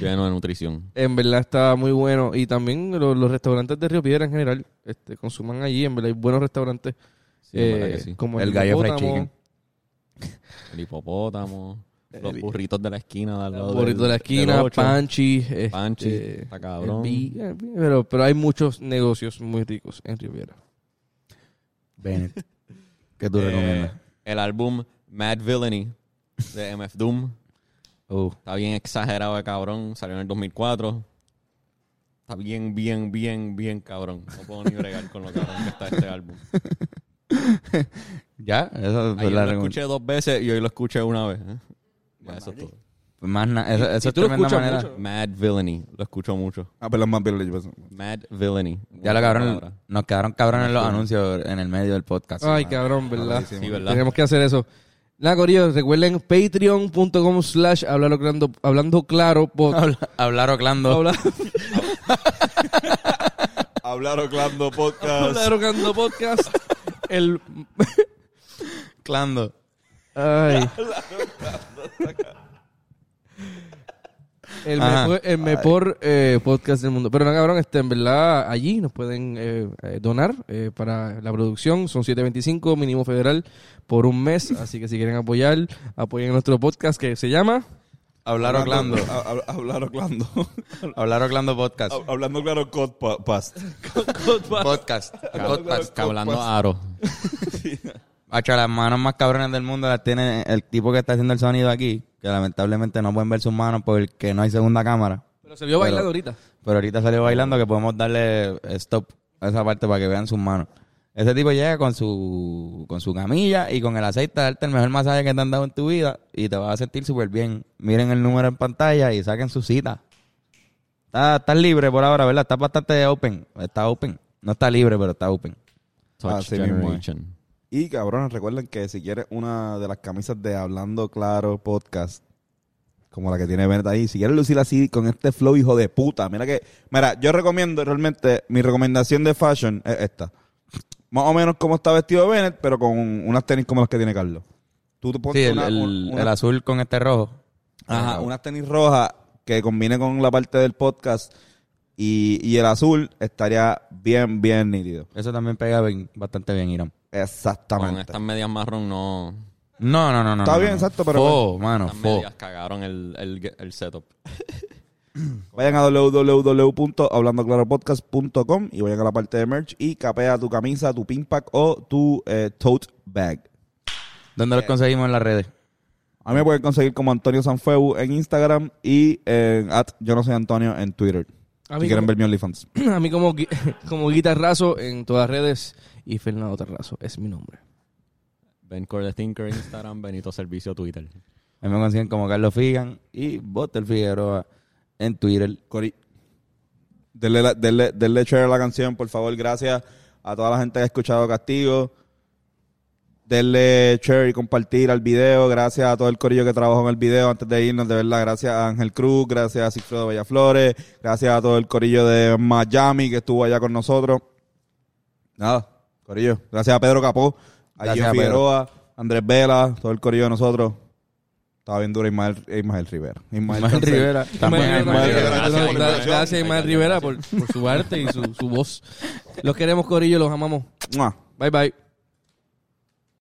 Lleno de nutrición. En verdad está muy bueno. Y también lo- los, restaurantes de Río Piedra en general este, consuman allí. En verdad hay buenos restaurantes. eh, Sí, en verdad que sí. Como El Gallo Fried Hipopótamo, Chicken. Eh, El hipopótamo, los burritos de la esquina. de al lado El burrito Eh, de la del- esquina, del ocho. Panchi. este, Panchi, está cabrón. el B- eh, Pero, pero hay muchos negocios muy ricos en Río Piedra. Bennett. ¿Qué tú Eh, recomiendas? el álbum Mad Villainy de MF Doom. Uh, Está bien exagerado de cabrón. Salió en el 2004. Está bien, bien, bien, bien cabrón. No puedo ni bregar con lo cabrón que está este álbum. ya, eso es Ayer la lo recom- escuché dos veces y hoy lo escuché una vez. ¿eh? Ya, eso es todo. Más na- eso, eso y es tú lo tremenda escuchas manera. mucho. Mad Villainy. Lo escucho mucho. ah, pero más bien le llevo eso. Mad Villainy. Ya lo Palabra. cabrón, nos quedaron cabrones los anuncios en el medio del podcast. Ay, cabrón, ¿verdad? Sí, ¿verdad? Tenemos que hacer eso. Nada, Corillo, recuerden patreon.com slash hablando, clando- hablando claro. pod- Habla- Ah, Hablar Oclando. habla- Hablar Oclando Podcast. Hablando Claro podcast. El... Oclando. Ay. El Ajá. mejor, el mejor, eh, podcast del mundo. Pero no, cabrón, este, en verdad, allí nos pueden eh, eh, donar eh, para la producción. Son 7.25 mínimo federal por un mes. Así que si quieren apoyar, apoyen nuestro podcast que se llama... Hablar Oclando. Ha- ha- Hablar Oclando. Hablar Oclando Podcast. Ha- Hablando claro, Codpast. Podcast. Podcast, Pues- hablando aro. Hacha, las manos más cabrones del mundo las tiene el tipo que está haciendo el sonido aquí, que lamentablemente no pueden ver sus manos porque no hay segunda cámara. Pero se vio bailando ahorita. Pero ahorita salió bailando que podemos darle eh, stop a esa parte para que vean sus manos. Ese tipo llega con su, con su camilla y con el aceite a darte el mejor masaje que te han dado en tu vida y te vas a sentir súper bien. Miren el número en pantalla y saquen su cita. Está, está libre por ahora, ¿verdad? Está bastante open. Está open. No está libre, pero está open. Touch Así mismo es. Generation. Y cabrones, recuerden que si quieres una de las camisas de Hablando Claro Podcast, como la que tiene Bennett ahí, si quieres lucir así con este flow, hijo de puta, mira que, mira, yo recomiendo realmente, mi recomendación de fashion es esta. Más o menos como está vestido Bennett, pero con unas tenis como las que tiene Carlos. Tú te pones Sí, el, una- el- un- una- el azul con este rojo. Ajá, unas tenis rojas que combine con la parte del podcast y, y el azul estaría bien, bien nítido. Eso también pega bien- bastante bien, Irán. Con Exactamente. estas medias marrón no... No, no, no, no. Está no, bien, no. exacto, pero- pues, Fo, mano, Estas fo. medias cagaron el, el, el setup. Vayan a www.hablandoclaropodcast.com y vayan a la parte de merch y capea tu camisa, tu pin pack o tu eh, tote bag. ¿Dónde los conseguimos en las redes? A mí me pueden conseguir como Antonio Sanfeu en Instagram y en at yo no soy Antonio en Twitter. A mí si quieren como- ver mi OnlyFans. A mí como, gui- como guitarrazo en todas las redes y Fernando Tarrazo es mi nombre. Ben Core the Thinker, Instagram, Benito Servicio, Twitter. A mí me consiguen como Carlos Figan y Botel Figueroa en Twitter. Cori, Denle, la- denle, denle share a la canción, por favor. Gracias a toda la gente que ha escuchado Castigo. Denle share y compartir al video. Gracias a todo el corillo que trabajó en el video antes de irnos, de verdad. Gracias a Ángel Cruz, gracias a Cifredo Bellaflores, gracias a todo el corillo de Miami que estuvo allá con nosotros. Nada, corillo. Gracias a Pedro Capó, a Gracias Gio a Pedro. Figueroa, Andrés Vela, todo el corillo de nosotros. Estaba bien duro Ismael, Ismael Rivera. Ismael, Ismael Cancel. Rivera. También Ismael Ismael Rivera. Rivera. Gracias por la Gracias, invitación. gracias a Ismael Rivera por, por su arte y su, su voz. Los queremos, Corillo, los amamos. ¡Mua! Bye, bye.